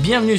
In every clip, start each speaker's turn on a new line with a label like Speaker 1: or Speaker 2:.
Speaker 1: Bienvenue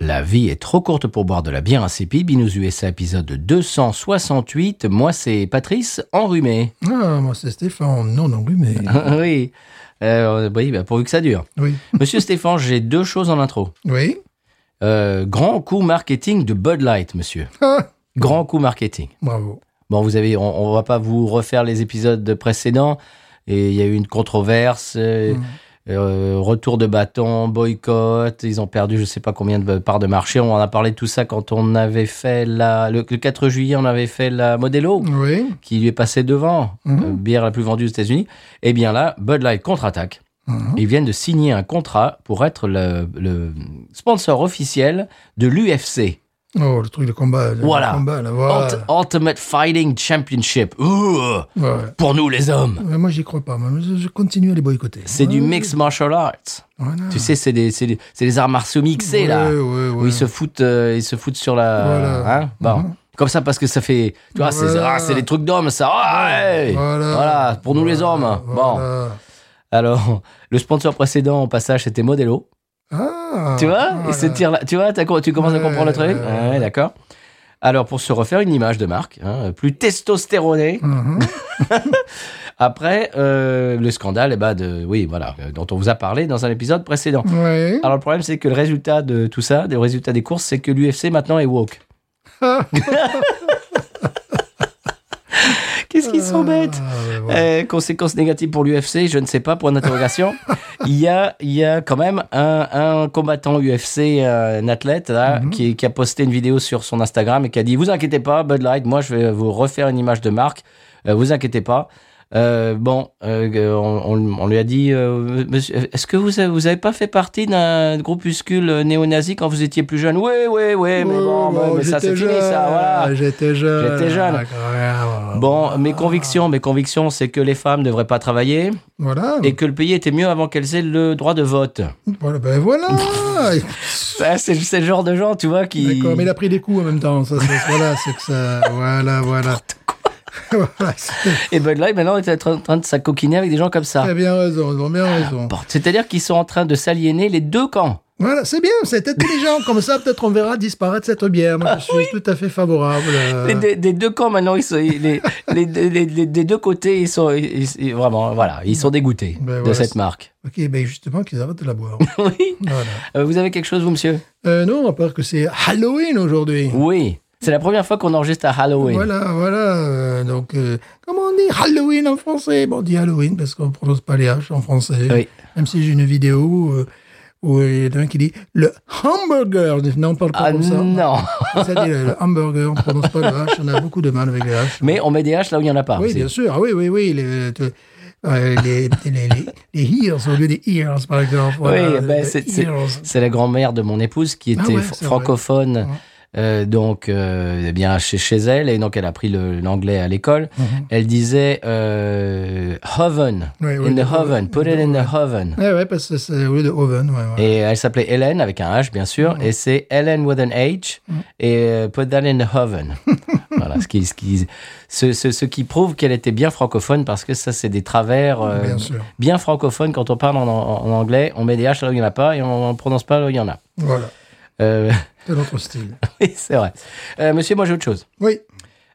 Speaker 1: La vie est trop courte pour boire de la bière insipide. Binous USA épisode 268. Moi, c'est Patrice, enrhumé.
Speaker 2: Ah, moi c'est Stéphane. Non, non, oui, mais.
Speaker 1: Ah. oui. Euh, oui, bah, pourvu que ça dure.
Speaker 2: Oui.
Speaker 1: Monsieur Stéphane, j'ai deux choses en intro.
Speaker 2: Oui.
Speaker 1: Euh, grand coup marketing de Bud Light, monsieur.
Speaker 2: Ah,
Speaker 1: Grand coup marketing.
Speaker 2: bravo.
Speaker 1: Bon, vous avez, on, on va pas vous refaire les épisodes précédents. Et il y a eu une controverse, euh,
Speaker 2: Mm.
Speaker 1: euh, retour de bâton, boycott. Ils ont perdu, je sais pas combien de parts de marché. On en a parlé de tout ça quand on avait fait la, le, le 4 juillet, on avait fait la Modelo
Speaker 2: Mm. Oui.
Speaker 1: qui lui est passé devant,
Speaker 2: Mm.
Speaker 1: euh, bière la plus vendue aux États-Unis. Eh bien là, Bud Light contre-attaque.
Speaker 2: Mhm.
Speaker 1: Ils viennent de signer un contrat pour être le, le sponsor officiel de l'UFC,
Speaker 2: Oh, le truc de combat. le
Speaker 1: Voilà.
Speaker 2: combat, là, voilà.
Speaker 1: Ultimate Fighting Championship. Ouh,
Speaker 2: Ouais.
Speaker 1: pour nous les hommes,
Speaker 2: Ouais, moi j'y crois pas. Moi, je, je continue à les boycotter.
Speaker 1: c'est du mixed martial arts. Tu sais, c'est des, c'est des- c'est des arts martiaux mixés là,
Speaker 2: Ouais, ouais,
Speaker 1: où
Speaker 2: ouais.
Speaker 1: ils se foutent, euh, ils se foutent sur la.
Speaker 2: Voilà. Mhm.
Speaker 1: hein, bon. Comme ça, parce que ça fait. Tu vois, c'est
Speaker 2: Voilà.
Speaker 1: ah, c'est des trucs d'hommes, ça. Ah, ouais.
Speaker 2: Voilà.
Speaker 1: Voilà, pour nous les hommes. Bon.
Speaker 2: Voilà.
Speaker 1: Alors, le sponsor précédent, au passage, c'était Modelo.
Speaker 2: Ah,
Speaker 1: tu vois
Speaker 2: voilà.
Speaker 1: Et ce tir-là, tu vois, t'as co- tu commences à
Speaker 2: Ouais,
Speaker 1: comprendre le truc
Speaker 2: ouais, ouais.
Speaker 1: Ouais, d'accord. Alors, pour se refaire une image de marque, hein, plus testostéronée,
Speaker 2: Mhm.
Speaker 1: après euh, le scandale, eh ben, de, oui, voilà, euh, dont on vous a parlé dans un épisode précédent.
Speaker 2: Ouais.
Speaker 1: Alors, le problème, c'est que le résultat de tout ça, le résultat des courses, c'est que l'UFC maintenant est woke. Qu'est-ce qu'ils sont bêtes
Speaker 2: Ah, ouais, ouais.
Speaker 1: Euh, conséquence négative pour l'UFC, je ne sais pas, point d'interrogation. il, y a, il y a quand même un, un combattant UFC, euh, un athlète, là,
Speaker 2: Mhm.
Speaker 1: qui, qui a posté une vidéo sur son Instagram et qui a dit Vous inquiétez pas, Bud Light, moi je vais vous refaire une image de marque, euh, vous inquiétez pas. Euh, bon, euh, on, on- on lui a dit euh, Monsieur, Est-ce que vous avez, vous avez pas fait partie d'un groupuscule néo-nazi quand vous étiez plus jeune Oui, oui, oui, mais bon,
Speaker 2: Ouais,
Speaker 1: ouais,
Speaker 2: bon,
Speaker 1: mais ça c'est
Speaker 2: Oh, j'étais
Speaker 1: fini, ça,
Speaker 2: jeune,
Speaker 1: voilà.
Speaker 2: J'étais jeune.
Speaker 1: J'étais jeune.
Speaker 2: Ah, grave.
Speaker 1: Bon, mes convictions, mes convictions, c'est que les femmes ne devraient pas travailler
Speaker 2: Voilà.
Speaker 1: et que le pays était mieux avant qu'elles aient le droit de vote.
Speaker 2: Voilà, ben voilà
Speaker 1: Ça, c'est c'est le genre de gens, tu vois, qui.
Speaker 2: D'accord, mais il a pris des coups en même temps. Ça, c'est- voilà, c'est que ça. Voilà, voilà. voilà c'est-
Speaker 1: Et Bud Light, Eh ben, maintenant, est en train- en train de s'acoquiner avec des gens comme ça.
Speaker 2: t'as bien raison, ils ont bien raison.
Speaker 1: Ah, Bon, C'est-à-dire qu'ils sont en train de s'aliéner les deux camps.
Speaker 2: Voilà, c'est bien, c'est intelligent. Comme ça, peut-être on verra disparaître cette bière. Moi, je
Speaker 1: Ah
Speaker 2: suis tout à fait favorable. euh.
Speaker 1: Les, deux- des deux camps, maintenant, ils sont, ils- les, les, les- les- les- des deux côtés, ils sont. ils- ils- ils- vraiment, voilà, ils sont dégoûtés
Speaker 2: Ben
Speaker 1: de
Speaker 2: voilà,
Speaker 1: cette
Speaker 2: c'est-
Speaker 1: marque.
Speaker 2: Ok, ben justement, qu'ils arrêtent de la boire.
Speaker 1: oui.
Speaker 2: Voilà.
Speaker 1: Euh, Vous avez quelque chose, vous, monsieur
Speaker 2: Euh, non, à part que c'est Halloween aujourd'hui.
Speaker 1: Oui. C'est la première fois qu'on enregistre à Halloween.
Speaker 2: Voilà, voilà. euh, donc, euh, comment on dit Halloween en français Bon, on dit Halloween parce qu'on ne prononce pas les H en français.
Speaker 1: Oui.
Speaker 2: Même si j'ai une vidéo euh, où il y en a un qui dit le hamburger. Non, on ne parle pas
Speaker 1: Ah
Speaker 2: comme ça.
Speaker 1: non
Speaker 2: Ça dit le, le hamburger, on ne prononce pas le H. On a beaucoup de mal avec les H.
Speaker 1: Mais on met des haches là où il n'y en a pas.
Speaker 2: oui,
Speaker 1: aussi.
Speaker 2: bien sûr. Ah oui, oui, oui. Les, tu- euh, les, les, les- les ears au lieu des ears, par exemple. Voilà,
Speaker 1: oui, ben,
Speaker 2: les
Speaker 1: c'est- c'est
Speaker 2: ears.
Speaker 1: c'est la grand-mère de mon épouse qui était
Speaker 2: Ah ouais,
Speaker 1: fr-
Speaker 2: c'est vrai.
Speaker 1: francophone. euh, donc, euh, eh bien, chez, chez elle, et donc elle a pris le- l'anglais à l'école. Elle disait euh, "Hoven",
Speaker 2: Mhm. Oui, oui,
Speaker 1: in the
Speaker 2: le
Speaker 1: hoven,
Speaker 2: oven,
Speaker 1: put it in the hoven.
Speaker 2: Eh Ouais, ouais, parce que c'est au lieu de oven. Ouais, ouais.
Speaker 1: Et elle s'appelait Hélène avec un H, bien sûr, et c'est Hélène with an H, et euh, put that in the hoven. voilà, ce qui, ce qui, ce, ce- ce qui prouve qu'elle était bien francophone, parce que ça, c'est des travers euh,
Speaker 2: Bien sûr.
Speaker 1: bien francophones. Quand on parle en, en- en anglais, on met des H là où il n'y en a pas, et on ne prononce pas là où il y en a.
Speaker 2: Voilà.
Speaker 1: Euh,
Speaker 2: C'est notre style.
Speaker 1: oui, c'est vrai. Euh, monsieur, moi j'ai autre chose.
Speaker 2: Oui,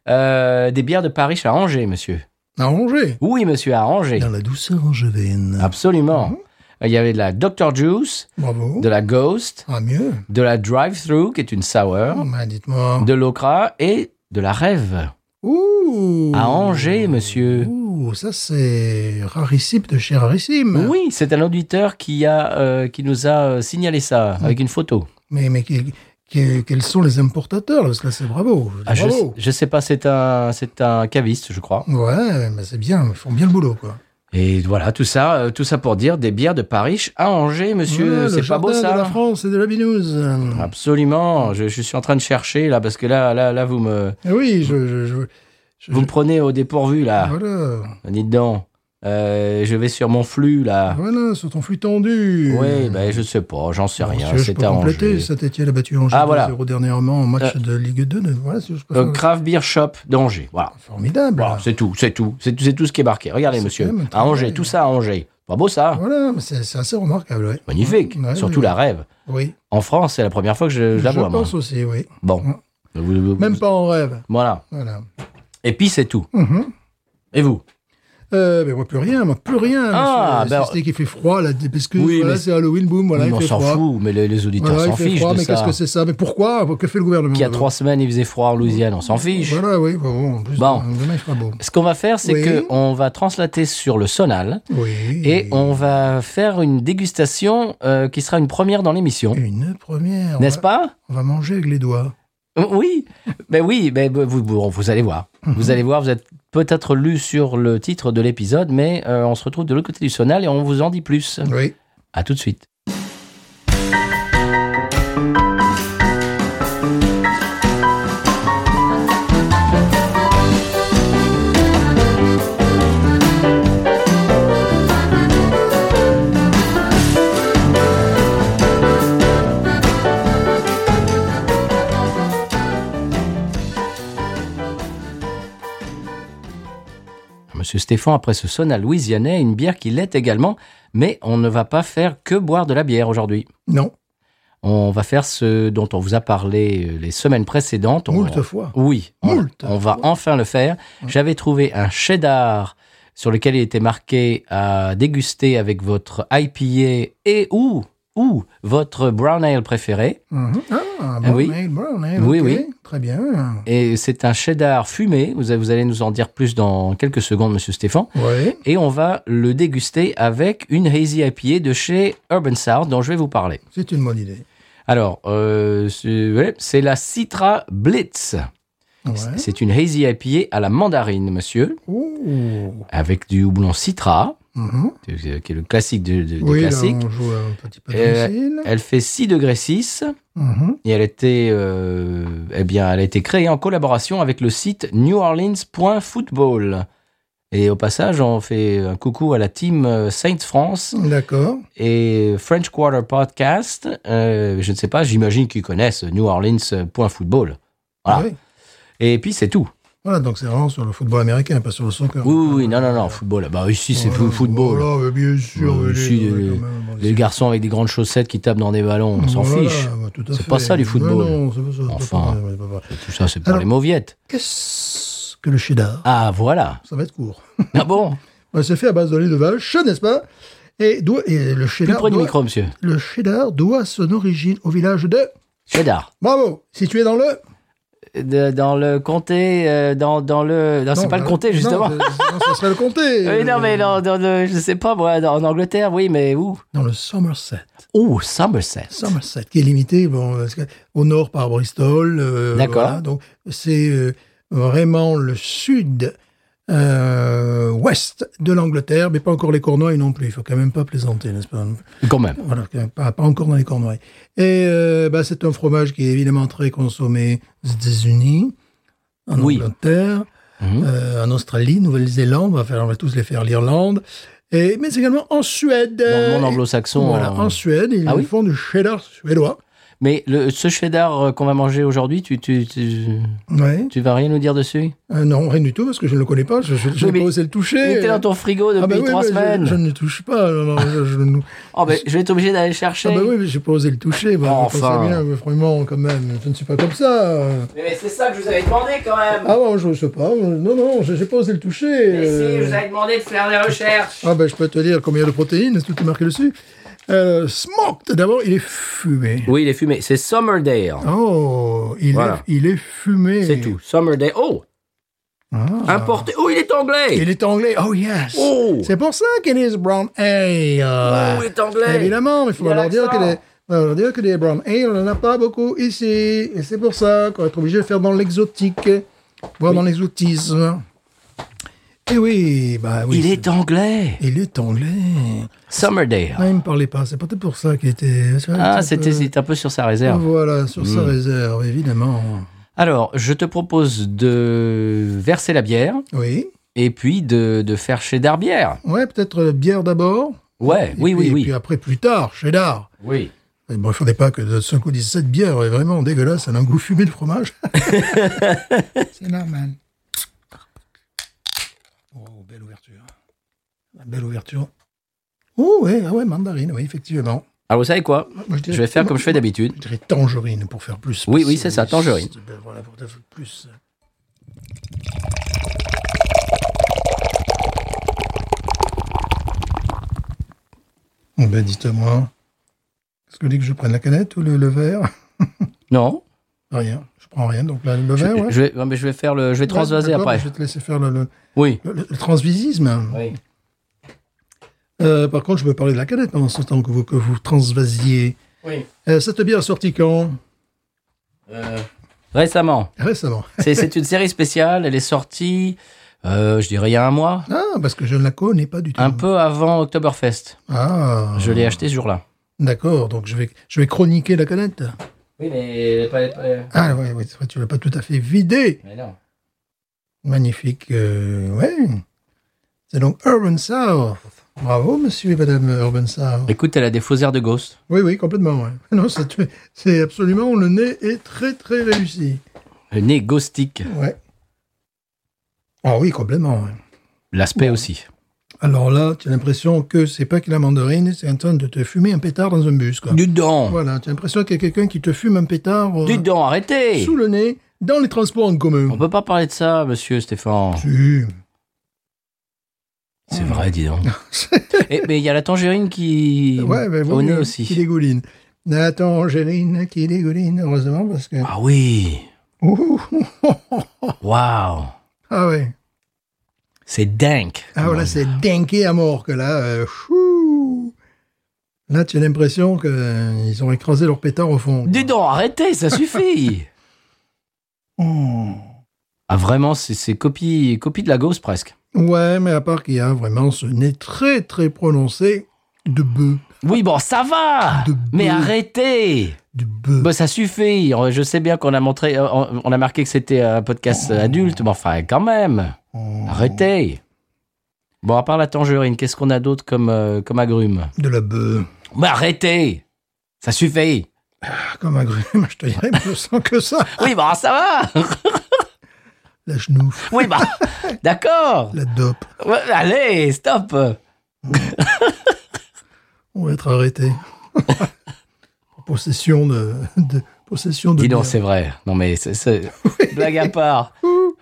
Speaker 1: Euh, des bières de Paris à Angers, monsieur.
Speaker 2: à Angers.
Speaker 1: Oui, monsieur, à Angers.
Speaker 2: Dans la douceur angevine.
Speaker 1: Absolument.
Speaker 2: Mhm.
Speaker 1: Euh, Il y avait de la Dr Juice,
Speaker 2: Bravo.
Speaker 1: de la Ghost,
Speaker 2: Ah, mieux.
Speaker 1: de la Drive Through, qui est une sour,
Speaker 2: Oh, ben, dites-moi.
Speaker 1: Ah. de l'Ocra et de la Rêve.
Speaker 2: Ouh.
Speaker 1: À Angers, monsieur.
Speaker 2: Ouh, ça c'est rarissime de chez rarissime.
Speaker 1: Oui, c'est un auditeur qui, a, euh, qui nous a euh, signalé ça
Speaker 2: Mmh.
Speaker 1: avec une photo.
Speaker 2: Mais, mais qui- qui- quels sont les importateurs Parce que là, c'est bravo.
Speaker 1: Ah, je,
Speaker 2: bravo.
Speaker 1: je sais pas, c'est un, c'est un caviste, je crois.
Speaker 2: Ouais, mais c'est bien, ils font bien le boulot, quoi.
Speaker 1: Et voilà, tout ça, euh, tout ça pour dire des bières de Paris à Angers, monsieur.
Speaker 2: Voilà, le
Speaker 1: c'est pas beau
Speaker 2: jardin
Speaker 1: ça Ah.
Speaker 2: de la France et de la Binouze.
Speaker 1: Absolument. Je, je suis en train de chercher là parce que là, là, là, vous me,
Speaker 2: Eh Oui, je. je, je- je-
Speaker 1: vous me prenez au dépourvu là.
Speaker 2: Voilà,
Speaker 1: Dites donc. Euh, je vais sur mon flux là.
Speaker 2: voilà, sur ton flux tendu.
Speaker 1: Ah. Oui, ben je sais pas, j'en sais rien.
Speaker 2: Monsieur, je
Speaker 1: C'était
Speaker 2: peux
Speaker 1: à
Speaker 2: compléter.
Speaker 1: Angers.
Speaker 2: Saint-Etienne a battu Angers
Speaker 1: Ah, voilà. Euh.
Speaker 2: 2-0 dernièrement en match de Ligue 2. de- Voilà, si je peux
Speaker 1: Le
Speaker 2: faire-
Speaker 1: Craft Beer Shop d'Angers. Voilà.
Speaker 2: Formidable.
Speaker 1: Voilà, c'est tout, c'est tout. C'est tout, c'est tout ce qui est marqué. Regardez,
Speaker 2: C'est
Speaker 1: monsieur.
Speaker 2: quand même très
Speaker 1: À Angers,
Speaker 2: bien.
Speaker 1: tout ça à Angers. Pas beau ça
Speaker 2: Voilà, mais c'est c'est assez remarquable. ouais.
Speaker 1: Magnifique.
Speaker 2: Ouais,
Speaker 1: Surtout
Speaker 2: oui,
Speaker 1: la rêve.
Speaker 2: Oui.
Speaker 1: En France, c'est la première fois que je, je la
Speaker 2: je
Speaker 1: vois, moi.
Speaker 2: pense aussi, oui.
Speaker 1: Bon.
Speaker 2: Mm.
Speaker 1: Vous- vous-
Speaker 2: Même
Speaker 1: vous-
Speaker 2: pas en rêve.
Speaker 1: Voilà.
Speaker 2: Voilà.
Speaker 1: Et puis, c'est tout.
Speaker 2: Mhm.
Speaker 1: Et vous
Speaker 2: Euh, ben, moi, plus rien, moi, plus rien.
Speaker 1: Ah,
Speaker 2: monsieur.
Speaker 1: ben-
Speaker 2: Si ce n'est qu'il fait froid, là, parce que
Speaker 1: Oui,
Speaker 2: voilà,
Speaker 1: mais-
Speaker 2: c'est Halloween, boum, voilà,
Speaker 1: Oui, mais
Speaker 2: il
Speaker 1: On
Speaker 2: fait
Speaker 1: s'en
Speaker 2: froid.
Speaker 1: fout, mais les, les auditeurs
Speaker 2: Voilà, il
Speaker 1: s'en
Speaker 2: fait
Speaker 1: fichent
Speaker 2: froid,
Speaker 1: de
Speaker 2: mais
Speaker 1: ça.
Speaker 2: qu'est-ce que c'est ça Mais pourquoi Que fait le gouvernement
Speaker 1: Qu'il y a
Speaker 2: d'abord
Speaker 1: trois semaines, il faisait froid en Louisiane, on s'en fiche.
Speaker 2: Voilà, oui, bon, bon, en plus, euh,
Speaker 1: Bon.
Speaker 2: demain, il fera beau.
Speaker 1: Ce qu'on va faire, c'est
Speaker 2: Oui.
Speaker 1: que on va translater sur le sonal
Speaker 2: Oui.
Speaker 1: et on va faire une dégustation euh, qui sera une première dans l'émission.
Speaker 2: Une première.
Speaker 1: N'est-ce
Speaker 2: on va-
Speaker 1: pas
Speaker 2: On va manger avec les doigts.
Speaker 1: Oui, ben oui, ben vous, vous, vous allez voir. Vous allez voir, vous êtes peut-être lu sur le titre de l'épisode, mais euh, on se retrouve de l'autre côté du sonal et on vous en dit plus.
Speaker 2: Oui.
Speaker 1: À tout de suite. Monsieur Stéphane, après ce son à Louisianais, une bière qui l'est également, mais on ne va pas faire que boire de la bière aujourd'hui.
Speaker 2: Non,
Speaker 1: On va faire ce dont on vous a parlé euh, les semaines précédentes. On-
Speaker 2: moult fois.
Speaker 1: Oui, on,
Speaker 2: Moult
Speaker 1: on va enfin le faire. J'avais trouvé un cheddar sur lequel il était marqué à déguster avec votre IPA et ou, ou votre brown ale préféré.
Speaker 2: Mhm. Ah, bon
Speaker 1: Eh oui.
Speaker 2: mail, bon mail,
Speaker 1: Oui,
Speaker 2: ok,
Speaker 1: oui.
Speaker 2: Très bien.
Speaker 1: Et c'est un cheddar fumé. Vous, a- vous allez nous en dire plus dans quelques secondes, Monsieur Stéphane.
Speaker 2: Oui.
Speaker 1: Et on va le déguster avec une hazy IPA de chez Urban Sour dont je vais vous parler.
Speaker 2: C'est une bonne idée.
Speaker 1: Alors, euh, c'est ouais, c'est la Citra Blitz.
Speaker 2: Ouais.
Speaker 1: C'est une hazy IPA à la mandarine, monsieur,
Speaker 2: Ouh.
Speaker 1: avec du houblon Citra, euh,
Speaker 2: Mhm.
Speaker 1: qui est le classique de, de- des
Speaker 2: Oui, là,
Speaker 1: classiques.
Speaker 2: on joue un petit peu de
Speaker 1: Euh,
Speaker 2: domicile.
Speaker 1: Elle fait 6 degrés 6
Speaker 2: Mhm.
Speaker 1: et elle était, euh, eh bien, elle a été créée en collaboration avec le site neworleans.football. Et au passage, on fait un coucou à la team euh, Saints France
Speaker 2: D'accord.
Speaker 1: et French Quarter Podcast. Euh, je ne sais pas, j'imagine qu'ils connaissent neworleans.football. Voilà.
Speaker 2: Oui.
Speaker 1: Et puis c'est tout.
Speaker 2: Voilà, donc c'est vraiment sur le football américain, pas sur le soccer.
Speaker 1: Oui, oui, oui, non, non, non, football. Bah, ici, c'est
Speaker 2: Voilà,
Speaker 1: football.
Speaker 2: Voilà, mais bien sûr.
Speaker 1: Euh,
Speaker 2: mais
Speaker 1: ici,
Speaker 2: les-
Speaker 1: les-
Speaker 2: quand même, bon,
Speaker 1: Les
Speaker 2: c'est-
Speaker 1: garçons avec des grandes chaussettes qui tapent dans des ballons, on s'en
Speaker 2: Voilà, bah,
Speaker 1: fiche.
Speaker 2: tout à
Speaker 1: C'est
Speaker 2: fait.
Speaker 1: pas ça, du
Speaker 2: Mais
Speaker 1: football.
Speaker 2: non, c'est pas ça, c'est
Speaker 1: Enfin.
Speaker 2: pas ça, c'est pas ça.
Speaker 1: Tout ça, c'est pour
Speaker 2: Alors-
Speaker 1: les mauviettes.
Speaker 2: Qu'est-ce que le cheddar
Speaker 1: Ah, voilà.
Speaker 2: Ça va être court.
Speaker 1: Ah bon
Speaker 2: Bah, c'est fait à base de lait de vache, n'est-ce pas et, doit, et le
Speaker 1: Plus
Speaker 2: cheddar
Speaker 1: près du
Speaker 2: doit,
Speaker 1: micro, monsieur.
Speaker 2: le cheddar doit son origine au village de
Speaker 1: Cheddar.
Speaker 2: Bravo, situé dans le
Speaker 1: De- dans le comté, euh, dans, dans le... Non, euh, c'est
Speaker 2: Non,
Speaker 1: pas le
Speaker 2: bah,
Speaker 1: comté,
Speaker 2: non,
Speaker 1: justement.
Speaker 2: euh, non, ça serait le comté.
Speaker 1: Oui, non, mais dans, dans le- je sais pas, moi, dans- en Angleterre, oui, mais où
Speaker 2: Dans le Somerset.
Speaker 1: Oh, Somerset.
Speaker 2: Somerset, qui est limité bon, parce que- au nord par Bristol. euh,
Speaker 1: D'accord.
Speaker 2: voilà. donc, c'est euh, vraiment le sud. euh, ouest de l'Angleterre, mais pas encore les Cornouailles non plus. Il faut quand même pas plaisanter, n'est-ce pas
Speaker 1: Quand même.
Speaker 2: Voilà, quand même pas, pas encore dans les Cornouailles. Et euh, bah, c'est un fromage qui est évidemment très consommé aux États-Unis, en
Speaker 1: Oui.
Speaker 2: Angleterre,
Speaker 1: Mhm.
Speaker 2: euh, en Australie, Nouvelle-Zélande. On va faire, on va tous les faire l'Irlande. Et mais également en Suède.
Speaker 1: Dans le
Speaker 2: euh,
Speaker 1: monde anglo-saxon.
Speaker 2: voilà,
Speaker 1: euh,
Speaker 2: en Suède, ils
Speaker 1: Ah oui
Speaker 2: font du cheddar suédois.
Speaker 1: Mais le, ce cheddar euh, qu'on va manger aujourd'hui, tu, tu, tu,
Speaker 2: Ouais.
Speaker 1: tu vas rien nous dire dessus
Speaker 2: Euh, non, rien du tout, parce que je ne le connais pas, je, je, je
Speaker 1: Oui, euh,
Speaker 2: n'ai
Speaker 1: mais
Speaker 2: pas osé le toucher.
Speaker 1: Il était dans ton frigo depuis
Speaker 2: Ah bah oui,
Speaker 1: trois
Speaker 2: mais je-
Speaker 1: semaines.
Speaker 2: Je, ne le touche pas. Non, non, je, je ne-
Speaker 1: Oh, ben, je vais être obligé d'aller chercher.
Speaker 2: Ah bah oui, mais j'ai pas osé le toucher. Bah,
Speaker 1: Oh,
Speaker 2: vous pensez
Speaker 1: enfin.
Speaker 2: bien, mais vraiment, quand même, je ne suis pas comme ça.
Speaker 1: Mais, mais c'est ça que je vous avais demandé quand même.
Speaker 2: Ah bon, je sais pas. Non, non, je n'ai pas osé le toucher.
Speaker 1: Mais si,
Speaker 2: euh.
Speaker 1: je vous avais demandé de faire des recherches.
Speaker 2: Ah ben, je peux te dire combien de protéines, tout est marqué dessus. Euh, smoked, d'abord, il est fumé.
Speaker 1: Oui, il est fumé. C'est Summerdale.
Speaker 2: Oh, il,
Speaker 1: Voilà.
Speaker 2: est, il est fumé.
Speaker 1: C'est tout. Summerdale. Oh
Speaker 2: Ah.
Speaker 1: Importé. Oh, il est anglais
Speaker 2: Il est anglais. Oh yes.
Speaker 1: Oh
Speaker 2: C'est pour ça qu'elle est brown ale.
Speaker 1: Oh, il est anglais
Speaker 2: Évidemment, mais il faut
Speaker 1: Il a
Speaker 2: leur dire
Speaker 1: l'accent.
Speaker 2: que les, faut leur dire que les brown ale, on n'en a pas beaucoup ici. Et c'est pour ça qu'on va être obligé de faire dans l'exotique, voire dans l'exotisme. Eh oui, bah oui.
Speaker 1: Il
Speaker 2: c'est-
Speaker 1: est anglais.
Speaker 2: Il est anglais.
Speaker 1: Sommerdale.
Speaker 2: Ah, il me parlait pas. C'est peut-être pour ça qu'il était. c'est vrai,
Speaker 1: Ah,
Speaker 2: un Ah,
Speaker 1: c'était Hmm.
Speaker 2: peu-
Speaker 1: c'était un peu sur sa réserve.
Speaker 2: Voilà, sur sa réserve, évidemment.
Speaker 1: Alors, je te propose de verser la bière
Speaker 2: Oui.
Speaker 1: et puis de, de faire chez Darbière.
Speaker 2: Ouais, peut-être euh, bière d'abord.
Speaker 1: Ouais,
Speaker 2: Et
Speaker 1: oui,
Speaker 2: puis-
Speaker 1: oui,
Speaker 2: et
Speaker 1: oui.
Speaker 2: Puis après, plus tard, chez Dard.
Speaker 1: Oui.
Speaker 2: Mais Bon, il faudrait pas que de 5 ou 17 bières, est vraiment dégueulasse, elle a un goût fumé de fromage. C'est normal. Oh, belle ouverture. La belle ouverture. Oh, ouais, ah ouais, mandarine, oui, effectivement.
Speaker 1: Alors, Ah, vous savez quoi
Speaker 2: Moi,
Speaker 1: Je
Speaker 2: dirais-
Speaker 1: vais faire comme je fais d'habitude.
Speaker 2: Je dirais tangerine pour faire plus. Euh,
Speaker 1: Oui, oui, c'est ça, tangerine.
Speaker 2: Voilà, pour faire plus. euh, Bon, ben, dites-moi. Est-ce que vous voulez que je prenne la canette ou le, le verre
Speaker 1: Non
Speaker 2: Rien. Je prends rien. Donc, là, le
Speaker 1: je,
Speaker 2: verre, ouais.
Speaker 1: je vais, non, mais je vais faire le, je vais transvaser
Speaker 2: D'accord,
Speaker 1: après.
Speaker 2: Je vais te laisser faire le, le-
Speaker 1: Oui.
Speaker 2: le- le transvisisme.
Speaker 1: Oui.
Speaker 2: Euh, par contre, je peux parler de la canette pendant ce temps que vous, que vous transvasiez.
Speaker 1: Oui.
Speaker 2: Euh, cette bière est sortie quand
Speaker 1: Euh, Récemment.
Speaker 2: Récemment.
Speaker 1: C'est- C'est une série spéciale. Elle est sortie, euh, je dirais, il y a un mois.
Speaker 2: Ah, parce que je ne la connais pas du tout.
Speaker 1: Un peu avant Oktoberfest.
Speaker 2: Ah.
Speaker 1: Je l'ai acheté ce jour-là.
Speaker 2: D'accord, donc je vais, je vais chroniquer la canette.
Speaker 1: Oui, mais.
Speaker 2: Ah oui, oui, c'est vrai, tu l'as pas tout à fait vidée. Magnifique, euh, ouais. C'est donc Urban South. Bravo, monsieur et madame Urban South.
Speaker 1: Écoute, elle a des faux airs de ghost.
Speaker 2: Oui, oui, complètement. ouais. Non, c'est c'est absolument, le nez est très, très réussi.
Speaker 1: Le nez ghostique.
Speaker 2: Ouais. Ah oui, complètement. ouais.
Speaker 1: L'aspect aussi.
Speaker 2: Alors là, tu as l'impression que c'est pas que la mandarine, c'est en train de te fumer un pétard dans un bus, quoi.
Speaker 1: Du dent
Speaker 2: Voilà, tu as l'impression qu'il y a quelqu'un qui te fume un pétard euh,
Speaker 1: Du Ah bah. dent, arrêtez
Speaker 2: sous le nez, dans les transports en commun.
Speaker 1: On peut pas parler de ça, monsieur Stéphane.
Speaker 2: Si.
Speaker 1: C'est vrai, dis donc. Et, mais il y a la tangerine qui.
Speaker 2: Ouais, mais vaut
Speaker 1: Au nez
Speaker 2: mieux Qui
Speaker 1: aussi.
Speaker 2: dégouline. La tangerine qui dégouline, heureusement, parce que.
Speaker 1: Ah oui
Speaker 2: Ouh.
Speaker 1: Waouh
Speaker 2: ah ouais.
Speaker 1: C'est dingue
Speaker 2: Ah voilà, c'est dinké à mort que là. euh, chou. Là, tu as l'impression qu'ils ont écrasé leur pétard au fond.
Speaker 1: Dis donc, arrêtez, ça suffit
Speaker 2: Oh.
Speaker 1: Ah vraiment, c'est- c'est copie, copie de la gauze presque.
Speaker 2: Ouais, mais à part qu'il y a vraiment ce nez très très prononcé de bœuf.
Speaker 1: Oui, bon, ça va
Speaker 2: De
Speaker 1: Mais
Speaker 2: bœuf.
Speaker 1: arrêtez
Speaker 2: De bœuf.
Speaker 1: Bah, ça suffit. Je sais bien qu'on a montré, euh, on on a marqué que c'était un podcast adulte, mais enfin, quand même.
Speaker 2: Oh.
Speaker 1: Bah, Arrêtez. Bon, à part la tangerine, qu'est-ce qu'on a d'autre comme, euh, comme agrumes
Speaker 2: De la bœuf.
Speaker 1: Mais arrêtez. Ça suffit.
Speaker 2: Ah, Comme un grume, je te dirais plus sans que ça.
Speaker 1: Oui, bah, ça va.
Speaker 2: La chenouf,
Speaker 1: Oui, bah, d'accord.
Speaker 2: la dope.
Speaker 1: Ouais, Allez, stop.
Speaker 2: On va être arrêté. Pour possession de, de- possession de.
Speaker 1: Dis donc,
Speaker 2: bière.
Speaker 1: c'est vrai. Non, mais c'est, c'est- blague à part.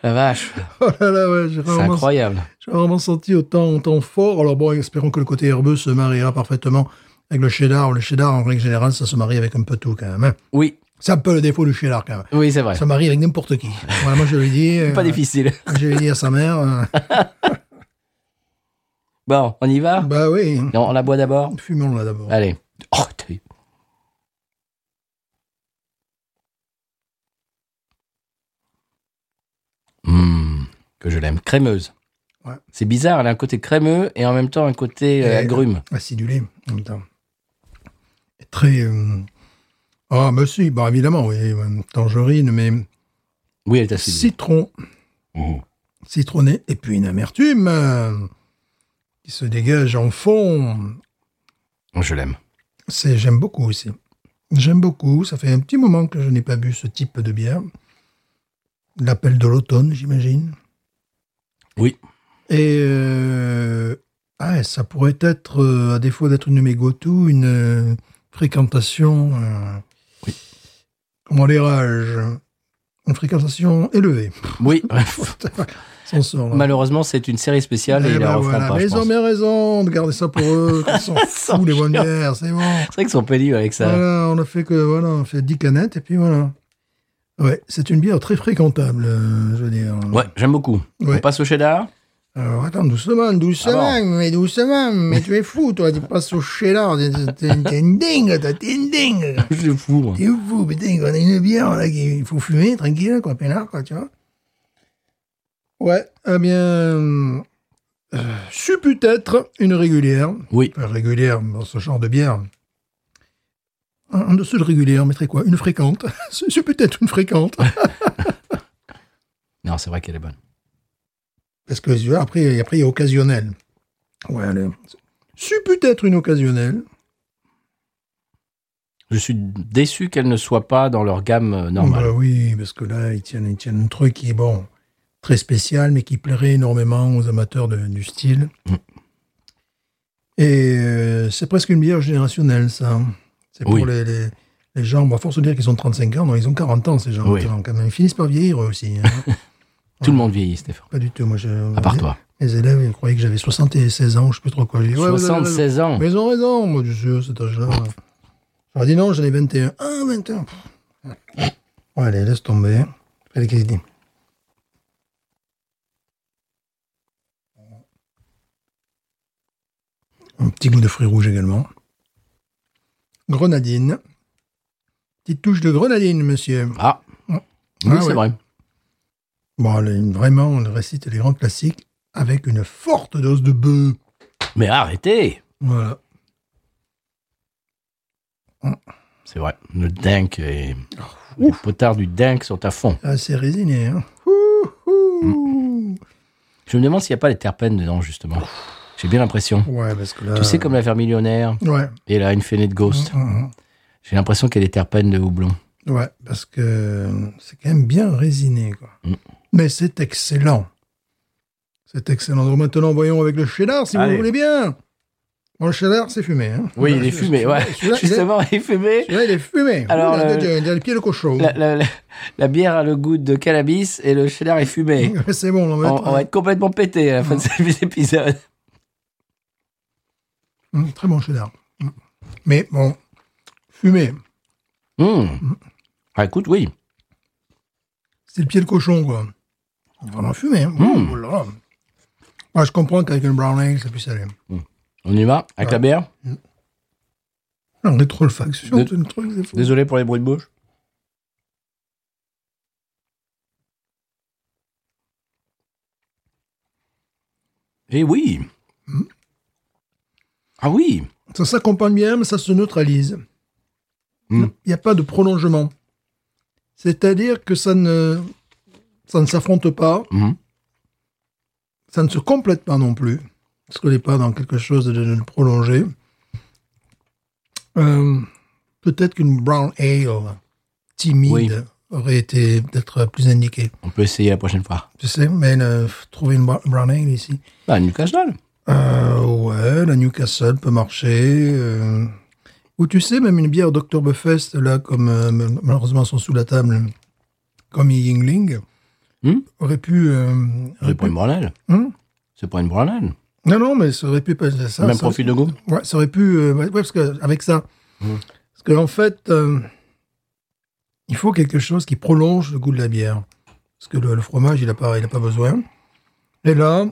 Speaker 1: La vache,
Speaker 2: Oh là là, ouais, j'ai
Speaker 1: c'est
Speaker 2: rarement,
Speaker 1: incroyable.
Speaker 2: j'ai rarement senti autant, autant fort. Alors bon, espérons que le côté herbeux se mariera parfaitement avec le cheddar. Le cheddar, en règle générale, ça se marie avec un peu tout quand même. hein.
Speaker 1: Oui,
Speaker 2: C'est un peu le défaut du cheddar quand même.
Speaker 1: oui, c'est vrai.
Speaker 2: Ça marie avec n'importe qui. Voilà, moi je lui dis. euh,
Speaker 1: Pas difficile.
Speaker 2: Je lui dis à sa mère. euh,
Speaker 1: Bon, on y va
Speaker 2: bah oui,
Speaker 1: Non, on la boit d'abord
Speaker 2: fumons là d'abord.
Speaker 1: Allez. Oh, t'es- Mmh, que je l'aime. Crémeuse.
Speaker 2: Ouais.
Speaker 1: C'est bizarre, elle a un côté crémeux et en même temps un côté euh,
Speaker 2: Et-
Speaker 1: agrume.
Speaker 2: acidulé en même temps. Et Très. euh, Ah, mais si, bon, évidemment, oui, euh, tangerine, mais
Speaker 1: Oui, elle est acidulée.
Speaker 2: citron,
Speaker 1: Mmh.
Speaker 2: citronné, et puis une amertume euh, qui se dégage en fond.
Speaker 1: Je l'aime.
Speaker 2: C'est, j'aime beaucoup aussi. J'aime beaucoup. Ça fait un petit moment que je n'ai pas bu ce type de bière. L'appel de l'automne, j'imagine.
Speaker 1: Oui.
Speaker 2: Et euh, ah, ça pourrait être, euh, à défaut d'être une mégotou, une euh, fréquentation. euh, Comment dirais-je Une fréquentation élevée.
Speaker 1: Oui.
Speaker 2: Sans sort, hein. là.
Speaker 1: Malheureusement, c'est une série spéciale et
Speaker 2: Eh
Speaker 1: ils la
Speaker 2: ben
Speaker 1: referont
Speaker 2: voilà.
Speaker 1: pas,
Speaker 2: Mais
Speaker 1: je
Speaker 2: ils ont
Speaker 1: pense.
Speaker 2: bien raison de garder ça pour eux. Ils s'en
Speaker 1: Sans
Speaker 2: foutent, les bonnes
Speaker 1: chien.
Speaker 2: bières, c'est bon.
Speaker 1: C'est vrai qu'ils sont pénibles avec ça.
Speaker 2: Voilà, on a fait que voilà, on fait 10 canettes et puis voilà. Ouais, c'est une bière très fréquentable, euh, je veux dire.
Speaker 1: Ouais, j'aime beaucoup.
Speaker 2: Ouais.
Speaker 1: On passe au cheddar
Speaker 2: Alors attends, doucement, doucement,
Speaker 1: Ah
Speaker 2: mais doucement, mais tu es fou, toi, tu passes au cheddar, t'es- t'es- t'es t'es une dingue, toi, t'es une dingue.
Speaker 1: Je fou.
Speaker 2: T'es fou, putain, on a une bière là qu'il faut fumer, tranquille, quoi, peinard, quoi, tu vois. Ouais, eh bien, su peut être une régulière.
Speaker 1: Oui.
Speaker 2: Enfin, régulière, bon, ce genre de bière. En en dessous de régulière, on mettrait quoi Une fréquente. su su peut être une fréquente.
Speaker 1: Non, c'est vrai qu'elle est bonne.
Speaker 2: Parce que tu vois, après, après, il y a occasionnel. Ouais, allez. Su peut être une occasionnelle.
Speaker 1: Je suis déçu qu'elle ne soit pas dans leur gamme euh, normale.
Speaker 2: Bah oui, parce que là, ils tiennent, ils tiennent un truc qui est bon, très spécial, mais qui plairait énormément aux amateurs de- du style.
Speaker 1: Mm.
Speaker 2: Et euh, c'est presque une bière générationnelle, ça. hein. C'est pour
Speaker 1: Oui.
Speaker 2: les, les- les gens. Bon, à force de dire qu'ils ont 35 ans, non, ils ont 40 ans, ces gens.
Speaker 1: Oui.
Speaker 2: Quand même, ils finissent par vieillir eux aussi. hein.
Speaker 1: Tout le monde vieillit, Stéphane.
Speaker 2: Pas du tout. Moi, je-
Speaker 1: À part toi.
Speaker 2: Mes élèves, ils croyaient que j'avais 76 ans, je sais plus trop quoi. Je dis, ouais, vous avez raison.
Speaker 1: 76 ans.
Speaker 2: Mais ils ont raison, moi, du jeu, cet âge-là. J'aurais dit non, j'en ai 21. Ah, 21. pff. Ouais, allez, laisse tomber. Allez, qu'est-ce qu'il dit Un petit goût de fruits rouges également. Grenadine. Petite touche de grenadine, monsieur.
Speaker 1: Ah.
Speaker 2: Ah,
Speaker 1: Oui,
Speaker 2: ouais.
Speaker 1: c'est vrai.
Speaker 2: Bon, elle est vraiment, on récite les grands classiques avec une forte dose de bœuf.
Speaker 1: Mais arrêtez
Speaker 2: Voilà.
Speaker 1: C'est vrai. Le dink et.
Speaker 2: Oh,
Speaker 1: Les potards du dink sont à fond.
Speaker 2: Assez résiné, hein. Ouh, ouh.
Speaker 1: Je me demande s'il n'y a pas les terpènes dedans, justement. J'ai bien l'impression.
Speaker 2: Ouais, parce que là. euh,
Speaker 1: Tu sais, comme la millionnaire
Speaker 2: Ouais.
Speaker 1: et la Infinite Ghost,
Speaker 2: Mhm.
Speaker 1: j'ai l'impression qu'elle est terpène de houblon.
Speaker 2: Ouais, parce que euh, c'est quand même bien résiné, quoi.
Speaker 1: Mm.
Speaker 2: Mais c'est excellent. C'est excellent. Donc maintenant, voyons avec le cheddar, si
Speaker 1: Allez.
Speaker 2: vous voulez bien. Bon, le cheddar, c'est fumé, hein.
Speaker 1: Oui,
Speaker 2: Bah,
Speaker 1: il est
Speaker 2: celui-
Speaker 1: fumé, ouais.
Speaker 2: Celui-là, il est-
Speaker 1: Justement, il est fumé.
Speaker 2: celui-là, il est fumé.
Speaker 1: Alors,
Speaker 2: il, a,
Speaker 1: le-
Speaker 2: il a- il a le pied de cochon.
Speaker 1: La, la- la- la bière a le goût de cannabis et le cheddar est fumé.
Speaker 2: C'est bon, on
Speaker 1: On,
Speaker 2: va
Speaker 1: on va être complètement pété à la fin de cet épisode.
Speaker 2: Mm, Très bon cheddar. Mm. Mais bon, fumé.
Speaker 1: Hmm. Ah, écoute, oui.
Speaker 2: C'est le pied de cochon, quoi. Vraiment fumé. hein.
Speaker 1: Mm.
Speaker 2: Oh là là. Ouais, je comprends qu'avec une brown ale, ça puisse aller.
Speaker 1: On y va avec la bière.
Speaker 2: Non, rétro-olfaction,
Speaker 1: De-
Speaker 2: tout le truc, c'est fou.
Speaker 1: Désolé pour les bruits de bouche. Eh oui.
Speaker 2: Hmm.
Speaker 1: Ah oui.
Speaker 2: Ça s'accompagne bien, mais ça se neutralise. Il
Speaker 1: Mm.
Speaker 2: n'y a pas de prolongement. C'est-à-dire que ça ne, ça ne s'affronte pas,
Speaker 1: Mhm.
Speaker 2: ça ne se complète pas non plus, parce qu'on n'est pas dans quelque chose de, de prolongé. Euh, Peut-être qu'une brown ale timide
Speaker 1: Oui.
Speaker 2: aurait été peut-être plus indiquée.
Speaker 1: On peut essayer la prochaine fois.
Speaker 2: Tu sais, mais euh, trouver une bra- brown ale ici.
Speaker 1: Bah, New Cash Doll.
Speaker 2: Euh, ouais, la Newcastle peut marcher. euh. Ou tu sais, même une bière d'Octoberfest, là, comme euh, mal- malheureusement sont sous la table, comme les Yingling,
Speaker 1: Hmm?
Speaker 2: aurait pu. euh, aurait
Speaker 1: C'est pas
Speaker 2: pu-
Speaker 1: une Brunel.
Speaker 2: Hmm?
Speaker 1: C'est pas une Brunel.
Speaker 2: Non, non, mais ça aurait pu pas ça.
Speaker 1: Même
Speaker 2: ça-
Speaker 1: profil de goût.
Speaker 2: Ouais, ça aurait pu. euh, ouais, ouais, parce que avec ça.
Speaker 1: Hmm.
Speaker 2: Parce qu'en en fait, euh, il faut quelque chose qui prolonge le goût de la bière. Parce que le, le fromage, il n'a pas, il a pas besoin. Et là,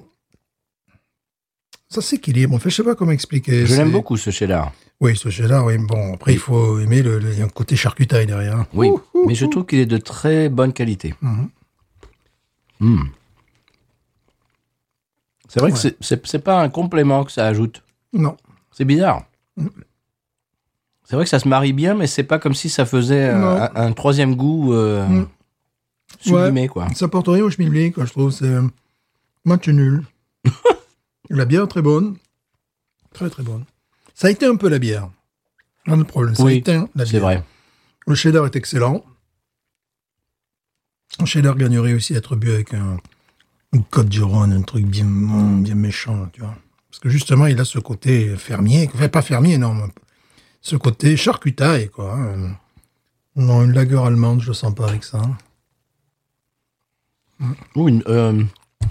Speaker 2: ça s'équilibre. En fait, je sais pas comment expliquer.
Speaker 1: Je l'aime
Speaker 2: C'est-
Speaker 1: beaucoup ce cheddar.
Speaker 2: Oui, ce chef-là, oui. Bon, après, il faut aimer le, le- il y a un côté charcutaille derrière.
Speaker 1: Oui.
Speaker 2: Ouh, ouh,
Speaker 1: Mais je
Speaker 2: ouh.
Speaker 1: trouve qu'il est de très bonne qualité.
Speaker 2: Mhm.
Speaker 1: Hmm. C'est vrai que
Speaker 2: Ouais.
Speaker 1: c'est- c'est c'est pas un complément que ça ajoute.
Speaker 2: Non,
Speaker 1: C'est bizarre.
Speaker 2: Mm.
Speaker 1: C'est vrai que ça se marie bien, mais c'est pas comme si ça faisait euh,
Speaker 2: Non.
Speaker 1: un, un troisième goût euh,
Speaker 2: Mm.
Speaker 1: sublimé, quoi.
Speaker 2: ça porte rien au schmilblick, quoi, je trouve. C'est un match nul. la bière, très bonne. Très, très bonne. Ça a été un peu la bière. Pas de problème. Ça a
Speaker 1: Oui,
Speaker 2: été la bière.
Speaker 1: C'est vrai.
Speaker 2: Le cheddar est excellent. Le cheddar gagnerait aussi à être bu avec un, une côte du Rhône, un truc bien, bien méchant, tu vois. Parce que justement, il a ce côté fermier, enfin pas fermier, non, mais ce côté charcutaille, quoi. hein. Non, une lagueur allemande, je le sens pas avec ça. hein.
Speaker 1: Ou une, euh,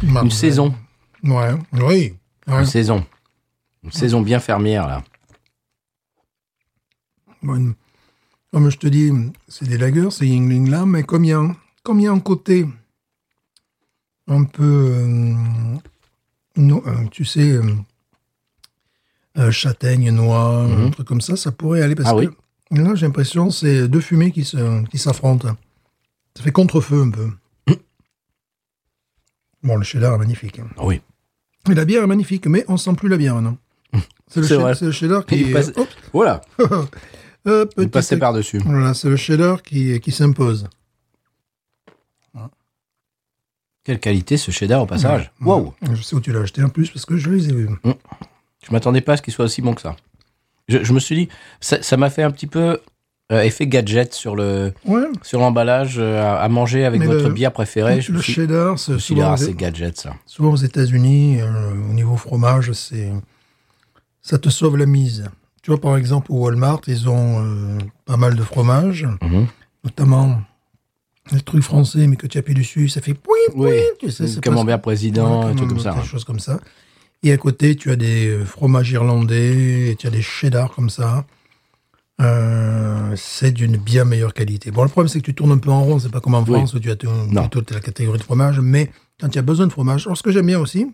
Speaker 1: une
Speaker 2: Marvel.
Speaker 1: saison.
Speaker 2: Ouais, oui. Ah, Ouais.
Speaker 1: Une saison. Une saison bien fermière, là.
Speaker 2: Bon, une- Comme je te dis, c'est des lagueurs, c'est Yingling là, mais comme il y a un, comme il y a un côté un peu, euh, no- euh, tu sais, euh, euh, châtaigne, noix,
Speaker 1: Mhm.
Speaker 2: un truc comme ça, ça pourrait aller parce
Speaker 1: Ah
Speaker 2: que
Speaker 1: oui.
Speaker 2: là, j'ai l'impression c'est deux fumées qui se- qui s'affrontent. ça fait contre-feu un peu. bon, le cheddar est magnifique. hein.
Speaker 1: Ah Oui.
Speaker 2: Et la bière est magnifique, mais on sent plus la bière maintenant. C'est le,
Speaker 1: C'est
Speaker 2: shade-
Speaker 1: vrai.
Speaker 2: c'est le shader qui
Speaker 1: Il
Speaker 2: est-
Speaker 1: passe-
Speaker 2: Hop,
Speaker 1: Voilà,
Speaker 2: euh,
Speaker 1: vous
Speaker 2: petit-
Speaker 1: passez par-dessus.
Speaker 2: Voilà, c'est le shader qui, qui s'impose.
Speaker 1: Quelle qualité ce cheddar au passage. Waouh
Speaker 2: Je sais où tu l'as acheté en plus parce que je les ai vus.
Speaker 1: Je m'attendais pas à ce qu'il soit aussi bon que ça. Je, je me suis dit, ça ça m'a fait un petit peu euh, effet gadget sur le
Speaker 2: Ouais.
Speaker 1: sur l'emballage euh, à, à manger avec
Speaker 2: Mais
Speaker 1: votre
Speaker 2: le-
Speaker 1: bière préférée. Je
Speaker 2: le
Speaker 1: me suis,
Speaker 2: cheddar, c'est
Speaker 1: je me suis dit,
Speaker 2: souvent,
Speaker 1: ah,
Speaker 2: aux-
Speaker 1: c'est gadget ça.
Speaker 2: souvent aux États-Unis, euh, au niveau fromage, c'est ça te sauve la mise. Tu vois, par exemple, au Walmart, ils ont euh, pas mal de fromage,
Speaker 1: Mhm.
Speaker 2: notamment les trucs français, mais que tu appuies dessus, ça fait poing, poing,
Speaker 1: Oui,
Speaker 2: tu sais, c'est
Speaker 1: camembert
Speaker 2: presque-
Speaker 1: président, un truc comme ça. hein.
Speaker 2: Des choses comme ça. Et à côté, tu as des euh, fromages irlandais, et tu as des cheddar comme ça. Euh, c'est d'une bien meilleure qualité. Bon, le problème, c'est que tu tournes un peu en rond. C'est pas comme en
Speaker 1: Oui.
Speaker 2: France où tu as tout-
Speaker 1: Non.
Speaker 2: toute la catégorie de fromage. Mais quand tu as besoin de fromage, alors ce que j'aime bien aussi,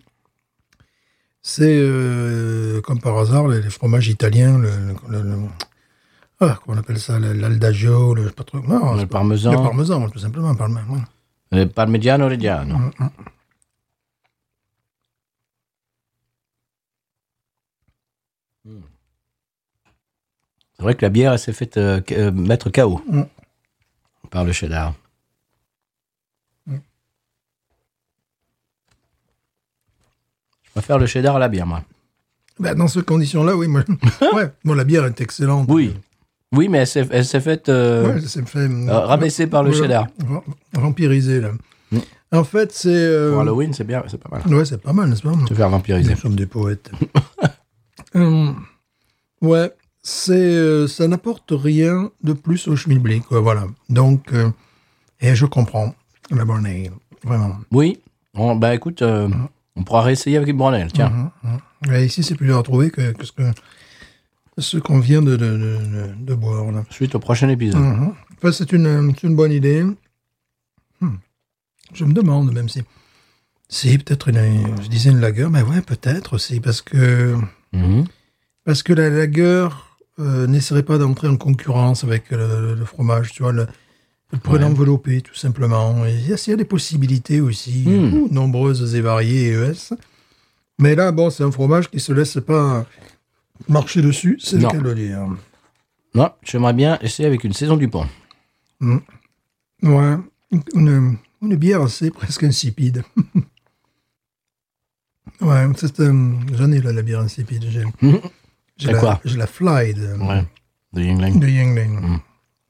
Speaker 2: c'est euh, comme par hasard les, les fromages italiens, le, le- le- le- ah, comment on appelle ça, le- l'aldagio, le, je sais pas trop, non,
Speaker 1: Le
Speaker 2: c'est pas-
Speaker 1: parmesan.
Speaker 2: le parmesan, tout simplement, parmesan. ouais.
Speaker 1: Le Eh, Parmigiano Reggiano. Mm. C'est vrai que la bière, elle s'est faite euh, qu- euh, mettre KO
Speaker 2: Mm.
Speaker 1: par le cheddar.
Speaker 2: Mm.
Speaker 1: Je préfère le cheddar à la bière, moi.
Speaker 2: Bah, dans ces conditions-là, oui. moi- ouais. Bon, la bière est excellente.
Speaker 1: Oui. Oui, mais elle s'est elle s'est faite euh,
Speaker 2: Ouais, ça me fait.
Speaker 1: euh, rabaissée par le
Speaker 2: Ouais,
Speaker 1: cheddar.
Speaker 2: va- Vampirisé, là.
Speaker 1: Mm.
Speaker 2: En fait, c'est. euh, Mm.
Speaker 1: Pour Halloween, c'est bien, c'est pas mal.
Speaker 2: Ouais, c'est pas mal, n'est-ce pas
Speaker 1: Se faire vampiriser.
Speaker 2: Nous sommes des poètes. Hum, ouais, c'est, euh, ça n'apporte rien de plus au schmilblick, quoi, voilà. Donc, euh, et je comprends la bonne ale, vraiment.
Speaker 1: Oui. On- bah écoute, euh,
Speaker 2: Mm.
Speaker 1: on pourra réessayer avec une Brunel, tiens.
Speaker 2: Mhm, mhm. Et ici, c'est plus dur à trouver que, que ce que ce qu'on vient de, de, de- de- de boire, là.
Speaker 1: Suite au prochain épisode.
Speaker 2: Mhm. Enfin, c'est une, euh, c'est une bonne idée. Hmm. Je me demande même si. Si, peut-être une. Je disais une lagueur, mais ouais, peut-être aussi, parce que.
Speaker 1: Mhm.
Speaker 2: Parce que la lagueur euh, n'essaierait pas d'entrer en concurrence avec le, le fromage, tu vois. Le, elle pourrait
Speaker 1: Ouais.
Speaker 2: l'envelopper, tout simplement. Et Il y, a, il y a des possibilités aussi,
Speaker 1: Hmm.
Speaker 2: ouh, nombreuses et variées, ES. Mais là, bon, c'est un fromage qui se laisse pas marcher dessus, c'est le
Speaker 1: Non.
Speaker 2: cas de le dire.
Speaker 1: Non, j'aimerais bien essayer avec une saison du pont.
Speaker 2: Ouais, une, une bière assez presque insipide. ouais, c'est un... J'en ai là, la bière insipide. J'ai, j'ai
Speaker 1: Hmm. C'est
Speaker 2: la,
Speaker 1: quoi
Speaker 2: J'ai la Fly de,
Speaker 1: Ouais. De Yingling.
Speaker 2: de Yingling.
Speaker 1: Mm.
Speaker 2: À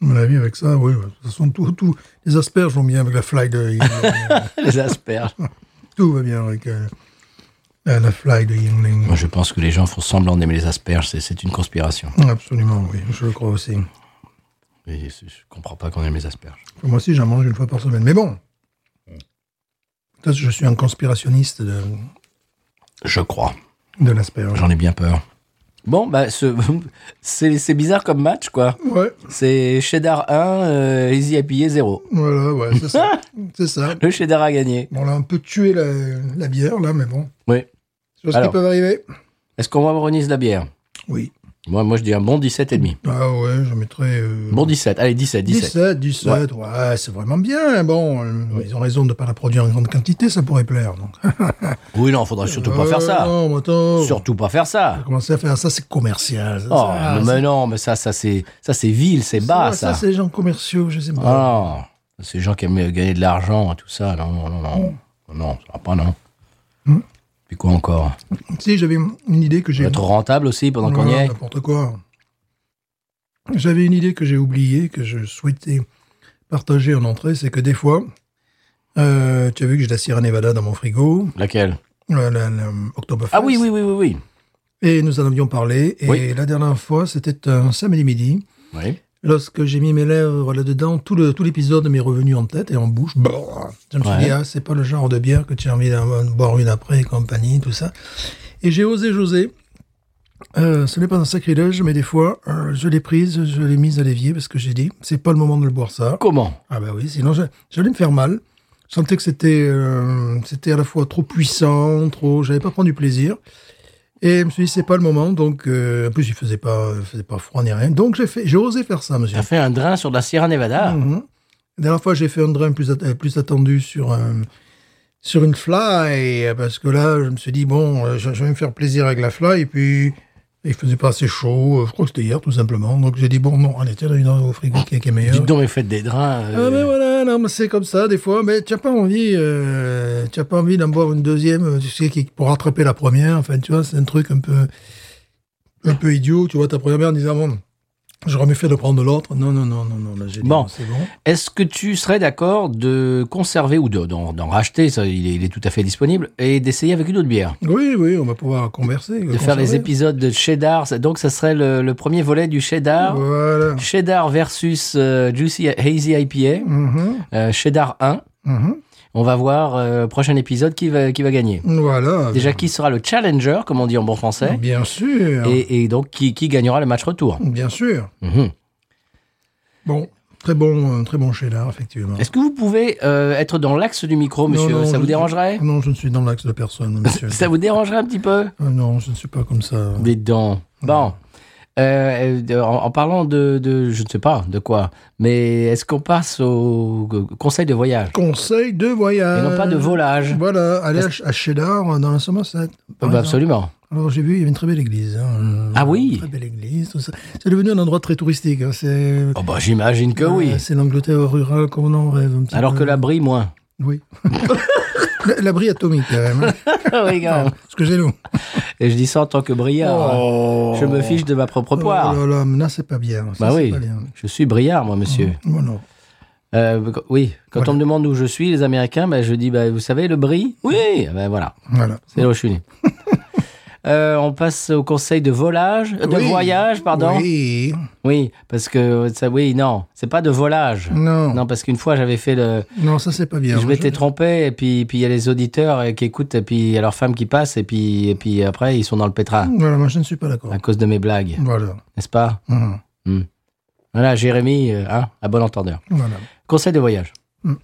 Speaker 2: mon avis, avec ça, oui. ouais. De toute façon, tout, tout- les asperges vont bien avec la Fly de Yingling.
Speaker 1: Les asperges.
Speaker 2: tout va bien avec euh, la, la Fly de Yingling.
Speaker 1: Moi, je pense que les gens font semblant d'aimer les asperges. C'est- C'est une conspiration.
Speaker 2: Absolument, oui. Je le crois aussi.
Speaker 1: Et c'est- je comprends pas qu'on aime les asperges.
Speaker 2: Moi aussi, j'en mange une fois par semaine. Mais bon. Toi, Je suis un conspirationniste de,
Speaker 1: Je crois.
Speaker 2: de l'asperge.
Speaker 1: J'en ai bien peur. Bon, bah, ce- c'est c'est bizarre comme match, quoi.
Speaker 2: Ouais.
Speaker 1: C'est Cheddar 1, euh, Easy à piller 0.
Speaker 2: Voilà, ouais, c'est ça. c'est ça.
Speaker 1: Le Cheddar a gagné.
Speaker 2: Bon, on l'a un peu tué la, la bière, là, mais bon.
Speaker 1: Oui.
Speaker 2: C'est ce qui
Speaker 1: Alors.
Speaker 2: peut arriver.
Speaker 1: Est-ce qu'on varonise la bière
Speaker 2: Oui.
Speaker 1: moi, moi, je dis un bon 17,5.
Speaker 2: Ah ouais, je mettrais. euh,
Speaker 1: Bon 17. Allez, 17, 17.
Speaker 2: 17, 17, ouais, c'est vraiment bien. Bon, euh, ils ont raison de ne pas la produire en grande quantité, ça pourrait plaire. Donc.
Speaker 1: Oui, non, faudra surtout pas faire
Speaker 2: Euh,
Speaker 1: ça.
Speaker 2: Non, mais attends.
Speaker 1: Surtout pas faire ça.
Speaker 2: Commencer à faire ça, c'est commercial. ça,
Speaker 1: Oh,
Speaker 2: ça,
Speaker 1: mais non, mais ça, ça c'est, ça c'est vil, c'est
Speaker 2: ça,
Speaker 1: bas,
Speaker 2: ça,
Speaker 1: ça.
Speaker 2: c'est les gens commerciaux, je sais pas.
Speaker 1: Ah, non. ces gens qui aiment gagner de l'argent, tout ça, non, non, non, non, non, ça va pas, non.
Speaker 2: Mm.
Speaker 1: Puis quoi encore
Speaker 2: Si, j'avais une idée que j'ai.
Speaker 1: Être rentable aussi pendant qu'on y
Speaker 2: Voilà,
Speaker 1: est.
Speaker 2: N'importe quoi. J'avais une idée que j'ai oubliée, que je souhaitais partager en entrée, c'est que des fois, euh, tu as vu que j'ai la Sierra Nevada dans mon frigo, euh,
Speaker 1: Laquelle
Speaker 2: la, la- la Oktoberfest.
Speaker 1: Ah oui, oui, oui, oui, oui.
Speaker 2: Et nous en avions parlé, et
Speaker 1: Oui.
Speaker 2: la dernière fois, c'était un samedi midi,
Speaker 1: Oui.
Speaker 2: lorsque j'ai mis mes lèvres là-dedans, tout le- tout l'épisode m'est revenu en tête et en bouche. Brrr. je me suis
Speaker 1: Ouais.
Speaker 2: dit, ah, c'est pas le genre de bière que tu as envie d'en boire une après et compagnie, tout ça. Et j'ai osé José. Euh, ce n'est pas un sacrilège, mais des fois, euh, je l'ai prise, je l'ai mise à l'évier parce que j'ai dit, c'est pas le moment de le boire ça.
Speaker 1: Comment
Speaker 2: Ah bah oui, sinon je- j'allais me faire mal. Je sentais que c'était euh, c'était à la fois trop puissant, trop, j'allais pas prendre du plaisir. Et je me suis dit c'est pas le moment, donc euh, en plus il faisait pas il faisait pas froid ni rien, donc j'ai fait j'ai osé faire ça, monsieur.
Speaker 1: T'as fait un drain
Speaker 2: Hmm.
Speaker 1: sur de la Sierra Nevada
Speaker 2: Mhm. La dernière fois j'ai fait un drain plus at- euh, plus attendu sur un sur une fly, parce que là, je me suis dit, bon, euh, je, je vais me faire plaisir avec la fly, et puis il faisait pas assez chaud, euh, je crois que c'était hier, tout simplement. Donc j'ai dit, bon, non, allez, tiens, une au frigo qui est, qui est meilleure.
Speaker 1: Dites donc, mais faites des drains.
Speaker 2: Ah
Speaker 1: euh,
Speaker 2: mais voilà, non mais c'est comme ça des fois, mais tu n'as pas envie, euh, tu as pas envie d'en boire une deuxième, euh, tu sais, qui- pour rattraper la première, enfin tu vois, c'est un truc un peu, un peu idiot, tu vois, ta première bière en disant, bon, j'aurais mieux fait de prendre l'autre, non, non, non, non, non, là j'ai dit,
Speaker 1: Bon.
Speaker 2: c'est bon.
Speaker 1: Est-ce que tu serais d'accord de conserver ou de- d'en d'en racheter, ça, il est, il est tout à fait disponible, et d'essayer avec une autre bière
Speaker 2: Oui, oui, on va pouvoir converser.
Speaker 1: De faire les épisodes de Cheddar, ça- donc ça serait le, le premier volet du Cheddar.
Speaker 2: Voilà.
Speaker 1: Cheddar versus euh, Juicy Hazy IPA,
Speaker 2: Mhm,
Speaker 1: euh, Cheddar 1.
Speaker 2: mhm.
Speaker 1: On va voir euh, prochain épisode qui va, qui va gagner.
Speaker 2: Voilà.
Speaker 1: Déjà, qui sera le challenger, comme on dit en bon français,
Speaker 2: Bien sûr.
Speaker 1: et, et donc qui, qui gagnera le match retour.
Speaker 2: Bien sûr.
Speaker 1: Mhm.
Speaker 2: Bon, très bon, euh, très bon cheddar, effectivement.
Speaker 1: Est-ce que vous pouvez euh, être dans l'axe du micro,
Speaker 2: Non,
Speaker 1: monsieur
Speaker 2: non,
Speaker 1: Ça
Speaker 2: je-
Speaker 1: vous dérangerait
Speaker 2: Non, je ne suis dans l'axe de personne, monsieur.
Speaker 1: Ça vous dérangerait un petit peu
Speaker 2: Ah Non, je ne suis pas comme ça.
Speaker 1: Des dents. Bon. Euh, euh, en, en parlant de, de- je ne sais pas de quoi, mais est-ce qu'on passe au g- conseil de voyage
Speaker 2: Conseil de voyage.
Speaker 1: et non pas de volage
Speaker 2: Voilà, aller à, à Cheddar, dans la Somerset.
Speaker 1: Bah,
Speaker 2: par exemple.
Speaker 1: Absolument.
Speaker 2: Alors j'ai vu, il y avait une très belle église. hein.
Speaker 1: Ah oui
Speaker 2: Une Très belle église, tout ça. C'est devenu un endroit très touristique. hein. C'est
Speaker 1: Oh bah j'imagine que
Speaker 2: euh,
Speaker 1: oui.
Speaker 2: C'est l'Angleterre rurale comme on en rêve un petit
Speaker 1: Alors
Speaker 2: peu.
Speaker 1: que l'abri moins.
Speaker 2: Oui. La- L'abri atomique, quand même. hein.
Speaker 1: Oui, quand même.
Speaker 2: Excusez-nous.
Speaker 1: Et je dis ça en tant que brillard. hein. Je me fiche de ma propre
Speaker 2: Oh là
Speaker 1: poire.
Speaker 2: là, mais là, c'est pas bien. Ça,
Speaker 1: bah
Speaker 2: c'est
Speaker 1: oui.
Speaker 2: Pas bien.
Speaker 1: Je suis brillard moi monsieur.
Speaker 2: Bon, non.
Speaker 1: Euh, qu- oui. Quand
Speaker 2: Oh. Voilà.
Speaker 1: on me demande où je suis, les Américains, ben je dis bah vous savez le brie. Oui. Ben voilà.
Speaker 2: Voilà.
Speaker 1: C'est là où je suis né. Euh, on passe au conseil de volage, de
Speaker 2: Oui.
Speaker 1: voyage, pardon.
Speaker 2: Oui.
Speaker 1: Oui, parce que ça, oui, non, c'est pas de volage.
Speaker 2: Non.
Speaker 1: Non,
Speaker 2: Non,
Speaker 1: parce qu'une fois j'avais fait le,
Speaker 2: ça, c'est pas bien.
Speaker 1: je m'étais trompé et puis puis il y a les auditeurs euh, qui écoutent et puis il y a leurs femmes qui passent et puis et puis après ils sont dans le pétrin
Speaker 2: Voilà, moi, je ne suis pas d'accord.
Speaker 1: à cause de mes blagues,
Speaker 2: Voilà.
Speaker 1: n'est-ce pas
Speaker 2: Mhm.
Speaker 1: Voilà, Jérémy, euh, hein, à bon entendeur.
Speaker 2: Voilà.
Speaker 1: Conseil de voyage.
Speaker 2: Mm.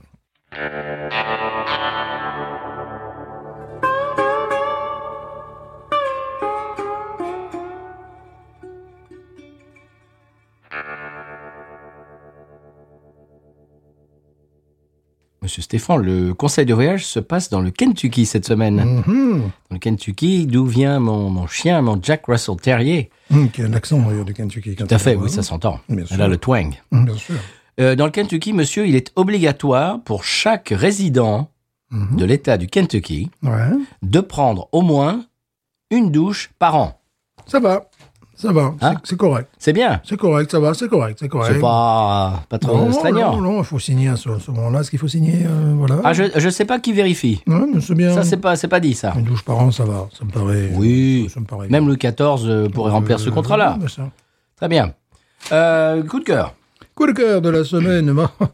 Speaker 1: Monsieur Stéphane, le conseil de voyage se passe dans le Kentucky cette semaine.
Speaker 2: Mhm.
Speaker 1: Dans le Kentucky, d'où vient mon, mon chien, mon Jack Russell Terrier.
Speaker 2: Hum, qui a l'accent d'ailleurs du Kentucky.
Speaker 1: Tout à fait, oui, ça s'entend.
Speaker 2: Bien
Speaker 1: Elle a
Speaker 2: sûr.
Speaker 1: le twang.
Speaker 2: Hum, Bien sûr.
Speaker 1: Euh, dans le Kentucky, monsieur, il est obligatoire pour chaque résident
Speaker 2: Mhm.
Speaker 1: de l'État du Kentucky
Speaker 2: Ouais.
Speaker 1: de prendre au moins une douche par an.
Speaker 2: Ça va. Ça va. C'est-
Speaker 1: Hein
Speaker 2: C'est correct.
Speaker 1: C'est bien.
Speaker 2: C'est correct. Ça va. C'est correct. C'est correct.
Speaker 1: C'est pas, pas trop
Speaker 2: Non, non,
Speaker 1: straignant.
Speaker 2: non, non, il faut signer à ce, ce moment-là ce qu'il faut signer. euh, voilà.
Speaker 1: Ah, je, je sais pas qui vérifie.
Speaker 2: Ouais, mais c'est bien.
Speaker 1: Ça, c'est pas, c'est pas dit, ça.
Speaker 2: Une douche par an, ça va. Ça me paraît. euh,
Speaker 1: Oui.
Speaker 2: Ça me paraît.
Speaker 1: Même le 14 euh, pourrait remplir ce
Speaker 2: Euh,
Speaker 1: contrat-là.
Speaker 2: ouais, bah, ça.
Speaker 1: Très bien. Euh, coup de cœur.
Speaker 2: Coup de cœur de la semaine. Bah,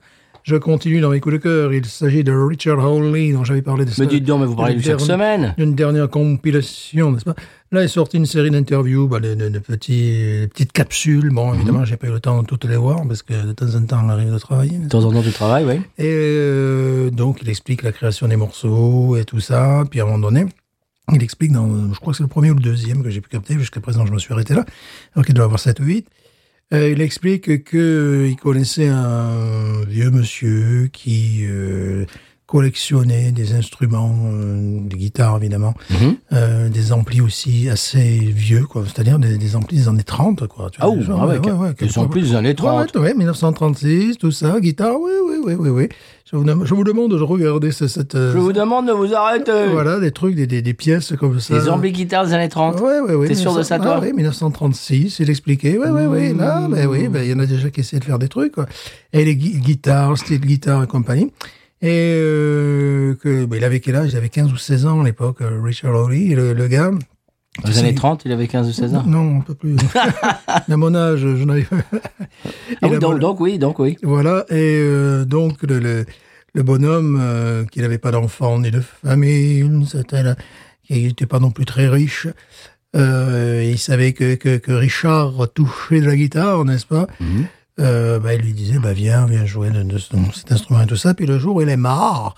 Speaker 2: je continue dans mes coups de cœur. Il s'agit de Richard Hawley, dont j'avais parlé de
Speaker 1: Me dites donc, mais vous parlez de chaque semaine.
Speaker 2: Une dernière compilation, n'est-ce pas Là est sortie une série d'interviews, bah, de, de- de petits, des petites capsules. Bon,
Speaker 1: Mhm.
Speaker 2: évidemment, j'ai pas eu le temps de toutes les voir parce que de temps en temps, on arrive de travailler.
Speaker 1: De temps en temps, du travail, oui.
Speaker 2: Et euh, donc, il explique la création des morceaux et tout ça. Puis à un moment donné, il explique dans, je crois que c'est le premier ou le deuxième que j'ai pu capter. Jusqu'à présent, je me suis arrêté là. Alors qu'il doit avoir 7 ou 8. Euh, il explique que euh, il connaissait un vieux monsieur qui euh, collectionnait des instruments, euh, des guitares évidemment,
Speaker 1: Mhm.
Speaker 2: euh, des amplis aussi assez vieux, quoi. C'est-à-dire des, des amplis des années 30, quoi. Tu
Speaker 1: Ah,
Speaker 2: vois,
Speaker 1: ouh,
Speaker 2: genre,
Speaker 1: ah ouais, ils sont
Speaker 2: quelques-
Speaker 1: plus des années 30.
Speaker 2: Ouais, ouais, ouais, 1936, tout ça, guitare, oui, oui, oui, oui, oui. Je vous, dem- je vous demande de regarder ce- cette... euh,
Speaker 1: Je vous demande de vous arrêter.
Speaker 2: Voilà, des trucs, des, des, des pièces comme ça.
Speaker 1: Les amplis guitares des années 30.
Speaker 2: Ouais, ouais, ouais,
Speaker 1: T'es sûr de ça, toi Mmh.
Speaker 2: Ah Oui, 1936, il expliquait. Oui, oui, oui. Là, ben oui, ben, il y en a déjà qui essaient de faire des trucs. quoi. Et les gui- guitares, style guitare et compagnie. Et euh, que, ben, il avait quel âge Il avait 15 ou 16 ans à l'époque, euh, Richard Hawley, le, le gars.
Speaker 1: Dans les
Speaker 2: C'est-
Speaker 1: années 30, il avait 15 ou 16 ans.
Speaker 2: Ah, Non, un peu plus. à mon âge, je n'avais pas.
Speaker 1: Ah
Speaker 2: Il
Speaker 1: oui,
Speaker 2: a
Speaker 1: donc,
Speaker 2: volé-
Speaker 1: donc oui, donc oui.
Speaker 2: Voilà, et euh, donc le, le, le bonhomme, euh, qui n'avait pas d'enfant ni de famille, c'était là, qui n'était pas non plus très riche, euh, il savait que, que, que Richard touchait de la guitare, n'est-ce pas euh, bah, Il lui disait, bah, viens, viens jouer de, de ce- cet instrument et tout ça. Puis le jour où il est marre,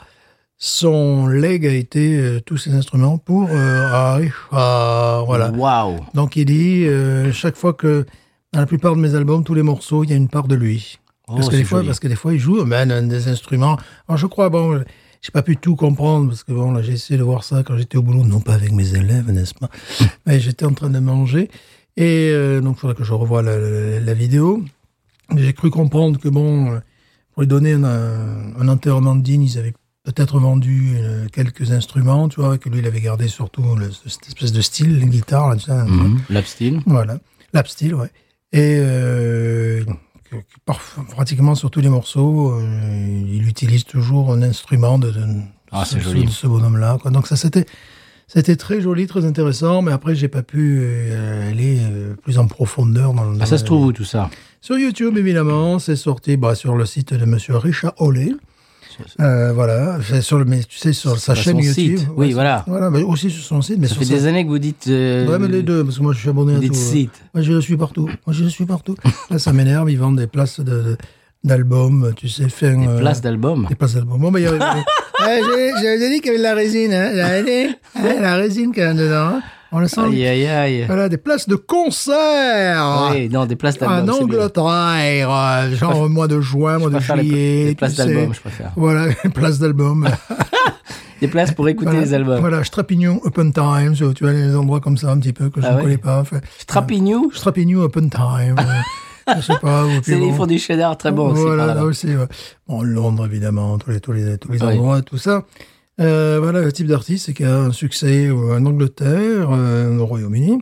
Speaker 2: son leg a été euh, tous ses instruments pour euh, à Richard. Voilà.
Speaker 1: Waouh.
Speaker 2: Donc il dit, euh, chaque fois que, dans la plupart de mes albums, tous les morceaux, il y a une part de lui.
Speaker 1: Oh,
Speaker 2: Parce que,
Speaker 1: c'est
Speaker 2: des fois,
Speaker 1: joli.
Speaker 2: parce que des fois, il joue ben, un des instruments. Alors, je crois, bon, J'ai pas pu tout comprendre parce que bon, là, j'ai essayé de voir ça quand j'étais au boulot, non pas avec mes élèves, n'est-ce pas Mais j'étais en train de manger et euh, donc il faudrait que je revoie la, la- la vidéo. Mais J'ai cru comprendre que bon, euh, pour lui donner un, un un enterrement digne, ils avaient peut-être vendu euh, quelques instruments, tu vois, que lui il avait gardé surtout le- cette espèce de style, les guitares, là, tout ça.
Speaker 1: Mhm. Lapsteel.
Speaker 2: Voilà, l'abstyle, ouais. Et euh, que- que parf- pratiquement sur tous les morceaux, euh, il utilise toujours un instrument de, de-
Speaker 1: Ah, c'est
Speaker 2: de-
Speaker 1: joli.
Speaker 2: de ce bonhomme-là. quoi. Donc ça, c'était c'était très joli, très intéressant, mais après, j'ai pas pu euh, aller euh, plus en profondeur. Dans, dans
Speaker 1: Ah, ça se
Speaker 2: la-
Speaker 1: trouve où tout ça
Speaker 2: Sur YouTube, évidemment, c'est sorti bah, sur le site de Monsieur Richard Ollet. Euh, voilà, c'est sur le, mais tu sais, sur sa
Speaker 1: Pas
Speaker 2: chaîne
Speaker 1: son
Speaker 2: YouTube.
Speaker 1: site.
Speaker 2: Ouais,
Speaker 1: Oui, voilà.
Speaker 2: Voilà, mais aussi sur son site, mais
Speaker 1: Ça
Speaker 2: sur
Speaker 1: fait
Speaker 2: sa-
Speaker 1: des années que vous dites. euh,
Speaker 2: Ouais, mais les deux, parce que moi je suis abonné
Speaker 1: Vous
Speaker 2: à tout. hein.
Speaker 1: dites site.
Speaker 2: Moi, je le suis partout. Moi, je le suis partout. Là, ça m'énerve. Ils vendent des places de- de- d'albums, tu sais, fin.
Speaker 1: Des
Speaker 2: euh,
Speaker 1: places d'albums.
Speaker 2: Des places d'albums. Bon, ben, il y a. Ouais, je- J'avais dit qu'il y avait de la résine, hein. J'avais dit. hein, la résine qu'il y a dedans. hein. On le sent.
Speaker 1: Aïe, aïe, aïe. Ah
Speaker 2: Voilà, des places de concert.
Speaker 1: Oui, non, des places d'albums.
Speaker 2: En
Speaker 1: c'est bien.
Speaker 2: Angleterre, euh, genre au mois de juin, mois
Speaker 1: Je
Speaker 2: de
Speaker 1: préfère les-
Speaker 2: juillet.
Speaker 1: les
Speaker 2: tu
Speaker 1: places
Speaker 2: sais.
Speaker 1: d'albums, je préfère.
Speaker 2: Voilà, les places d'albums.
Speaker 1: Des places pour écouter
Speaker 2: Voilà,
Speaker 1: les albums.
Speaker 2: Voilà, Strapignon, Open Times, tu vois, les endroits comme ça, un petit peu, que je
Speaker 1: Ah
Speaker 2: ne
Speaker 1: ouais.
Speaker 2: connais pas. Enfin,
Speaker 1: Strapignou,
Speaker 2: Strapignou Open Time. euh, je sais pas. ou puis
Speaker 1: c'est les
Speaker 2: bon.
Speaker 1: fonds du cheddar, très bon aussi.
Speaker 2: Voilà,
Speaker 1: par là-bas.
Speaker 2: là aussi. ouais. Bon, Londres, évidemment, tous les, tous les, tous les
Speaker 1: Oui.
Speaker 2: endroits, tout ça. Euh, voilà, le type d'artiste qui a un succès euh, en Angleterre, euh, au Royaume-Uni,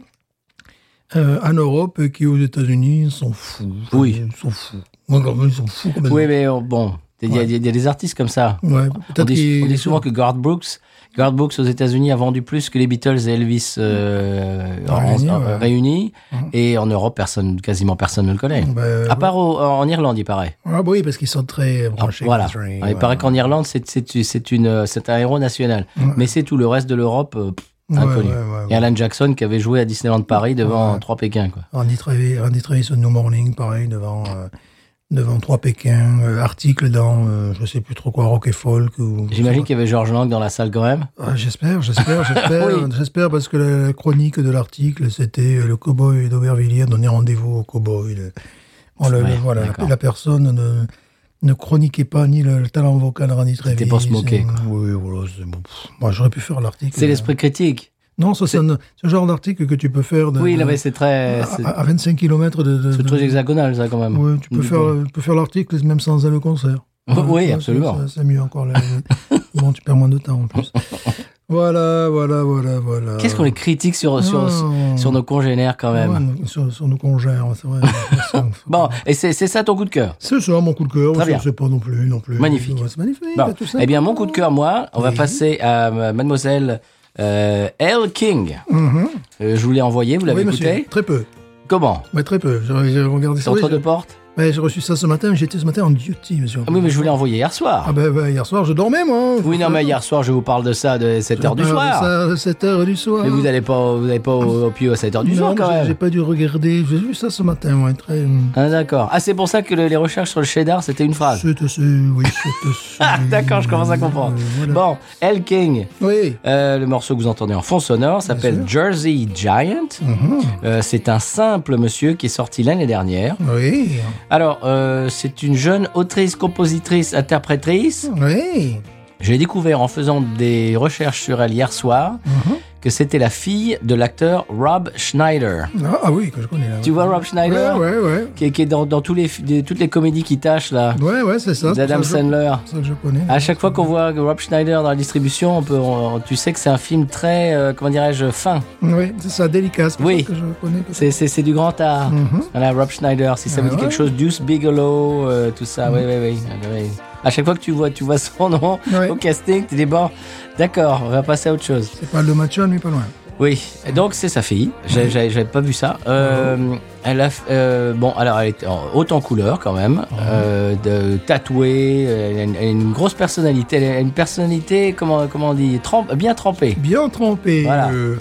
Speaker 2: euh, en Europe, et qui aux États-Unis ils sont fous.
Speaker 1: Oui.
Speaker 2: Ils sont fous. Moi, quand ils sont fous complètement.
Speaker 1: Oui, mais euh, bon, il y, a-
Speaker 2: Ouais.
Speaker 1: il y a il y a des artistes comme ça.
Speaker 2: Ouais,
Speaker 1: On
Speaker 2: peut-être
Speaker 1: dit,
Speaker 2: qu'ils-
Speaker 1: on dit souvent que Garth Brooks, Garth Brooks aux États-Unis a vendu plus que les Beatles et Elvis euh,
Speaker 2: Ah,
Speaker 1: en-
Speaker 2: réunis,
Speaker 1: en-
Speaker 2: ouais. Mhm.
Speaker 1: réunis. Et en Europe, personne, quasiment personne ne le connaît.
Speaker 2: Ben,
Speaker 1: à part au- en Irlande, il paraît.
Speaker 2: Ah, bah oui, parce qu'ils sont très
Speaker 1: Ah,
Speaker 2: branchés.
Speaker 1: voilà.
Speaker 2: country,
Speaker 1: Il
Speaker 2: ouais.
Speaker 1: paraît qu'en Irlande, c'est- c'est c'est une- c'est un héros national. Mais c'est tout. Le reste de l'Europe, euh, pff,
Speaker 2: Ouais,
Speaker 1: inconnu.
Speaker 2: ouais, ouais,
Speaker 1: Et Alan Jackson qui avait joué à Disneyland Paris devant
Speaker 2: Ouais.
Speaker 1: trois Pékin. Quoi.
Speaker 2: Randy Travis, Randy Travis au New Morning, pareil, devant, euh, devant 3 Pékin, euh, article dans, euh, je sais plus trop quoi, Rock et Folk. Ou,
Speaker 1: J'imagine qu'il y avait George Lang dans la salle quand même.
Speaker 2: Ah, J'espère, j'espère, j'espère,
Speaker 1: Oui.
Speaker 2: j'espère, parce que la chronique de l'article, c'était euh, le cow-boy d'Aubervilliers, donner rendez-vous au cow-boy. le- on le- le-
Speaker 1: Ouais,
Speaker 2: voilà, la,
Speaker 1: d'accord.
Speaker 2: la personne ne, ne chroniquait pas ni le, le talent vocal de Randy Travis.
Speaker 1: C'était pour se moquer,
Speaker 2: c'est-
Speaker 1: quoi.
Speaker 2: Oui, voilà, c'est bon. Pff, moi, j'aurais pu faire l'article. euh,
Speaker 1: C'est l'esprit critique.
Speaker 2: Non, ça, c'est un- ce genre d'article que tu peux faire de-
Speaker 1: Oui,
Speaker 2: de-
Speaker 1: là, mais c'est très.
Speaker 2: à,
Speaker 1: C'est
Speaker 2: à 25 km de, de-
Speaker 1: c'est
Speaker 2: de-
Speaker 1: très hexagonal, ça, quand même.
Speaker 2: Ouais, tu peux
Speaker 1: Du
Speaker 2: faire,
Speaker 1: coup.
Speaker 2: euh, tu peux faire l'article même sans aller au concert.
Speaker 1: Mm. Oui,
Speaker 2: Ouais, ouais,
Speaker 1: absolument.
Speaker 2: c'est- C'est c'est mieux encore. là. bon, tu perds moins de temps en plus. voilà, voilà, voilà, voilà.
Speaker 1: Qu'est-ce qu'on les critique sur, sur,
Speaker 2: Non.
Speaker 1: sur nos congénères, quand même
Speaker 2: Ouais, nos- sur, sur nos congères, c'est vrai.
Speaker 1: Bon, et c'est c'est ça ton coup de cœur
Speaker 2: C'est ça, mon coup de cœur.
Speaker 1: Très
Speaker 2: Je
Speaker 1: bien.
Speaker 2: sais pas non plus, non plus.
Speaker 1: Magnifique.
Speaker 2: Ouais, c'est magnifique.
Speaker 1: Bon.
Speaker 2: tout
Speaker 1: Eh bien, mon coup de cœur, moi, on va
Speaker 2: Oui.
Speaker 1: passer à euh, Mademoiselle euh, Elle King.
Speaker 2: Mhm.
Speaker 1: Euh, je vous l'ai envoyé, vous l'avez
Speaker 2: Oui, monsieur.
Speaker 1: écouté
Speaker 2: Très peu.
Speaker 1: Comment
Speaker 2: Mais très peu. J'ai j'ai regardé
Speaker 1: C'est
Speaker 2: ça. Oui,
Speaker 1: entre
Speaker 2: j'ai-
Speaker 1: deux portes
Speaker 2: ouais, j'ai reçu ça ce matin. J'étais ce matin en duty, monsieur.
Speaker 1: Ah Oui, mais je vous l'ai envoyé hier soir.
Speaker 2: Ah ben, ben, hier soir, je dormais, moi. hein. Ah,
Speaker 1: oui, non, mais hier soir, je vous parle de ça de 7h du soir.
Speaker 2: 7h du soir.
Speaker 1: Mais vous n'allez pas, vous allez pas au, au pieu à 7h Ah, du
Speaker 2: Non,
Speaker 1: soir, quand
Speaker 2: j'ai- J'ai
Speaker 1: même
Speaker 2: pas dû regarder. J'ai vu ça ce matin. Ouais, très. hum.
Speaker 1: ah, D'accord. Ah, c'est pour ça que le- les recherches sur le cheddar, c'était une phrase.
Speaker 2: C'est assez- oui, c'est assez-
Speaker 1: Ah, d'accord, je commence à comprendre.
Speaker 2: Euh, voilà.
Speaker 1: Bon, Elle King,
Speaker 2: Oui.
Speaker 1: Euh, le morceau que vous entendez en fond sonore s'appelle Jersey Giant.
Speaker 2: Mhm.
Speaker 1: Euh, c'est un simple monsieur qui est sorti l'année dernière.
Speaker 2: Oui.
Speaker 1: Alors, euh, c'est une jeune autrice, compositrice, interprétrice.
Speaker 2: Oui.
Speaker 1: J'ai découvert en faisant des recherches sur elle hier soir
Speaker 2: Mhm.
Speaker 1: que c'était la fille de l'acteur Rob Schneider.
Speaker 2: Ah, ah oui, que je connais. Là,
Speaker 1: Tu vois Rob Schneider
Speaker 2: Ouais, ouais, ouais.
Speaker 1: Qui est, qui est dans, dans tous les, fi- des- toutes les comédies qui tâchent là,
Speaker 2: Ouais, ouais, c'est ça. c'est
Speaker 1: d'Adam
Speaker 2: pour ça que je-
Speaker 1: Sandler. Ah,
Speaker 2: C'est pour ça que je connais.
Speaker 1: À chaque fois qu'on voit Rob Schneider dans la distribution, on peut, on- tu sais que c'est un film très, euh, comment dirais-je, fin.
Speaker 2: Oui, c'est ça, délicat. c'est pour
Speaker 1: Oui.
Speaker 2: ça Que je connais. parce que-
Speaker 1: C'est- C'est c'est du grand art.
Speaker 2: Mhm.
Speaker 1: Voilà, Rob Schneider, si ça
Speaker 2: Ah
Speaker 1: vous dit quelque
Speaker 2: ouais.
Speaker 1: chose, Deuce Bigelow, euh, tout ça. Oui, oui, oui. Ah, oui. À chaque fois que tu vois, tu vois son nom
Speaker 2: Ouais.
Speaker 1: au casting, tu dis bon, d'accord, on va passer à autre chose.
Speaker 2: C'est pas le match, mais pas loin.
Speaker 1: Oui, Et donc c'est sa fille. J'ai- j'ai- J'avais pas vu ça. Euh, elle a, f- euh, bon, alors elle est en- haute en couleur quand même,
Speaker 2: Ah.
Speaker 1: euh, de, tatouée. Elle a, une, elle a une grosse personnalité. Elle a une personnalité, comment, comment on dit, trempe- bien trempée.
Speaker 2: Bien trompé.
Speaker 1: Voilà.
Speaker 2: euh,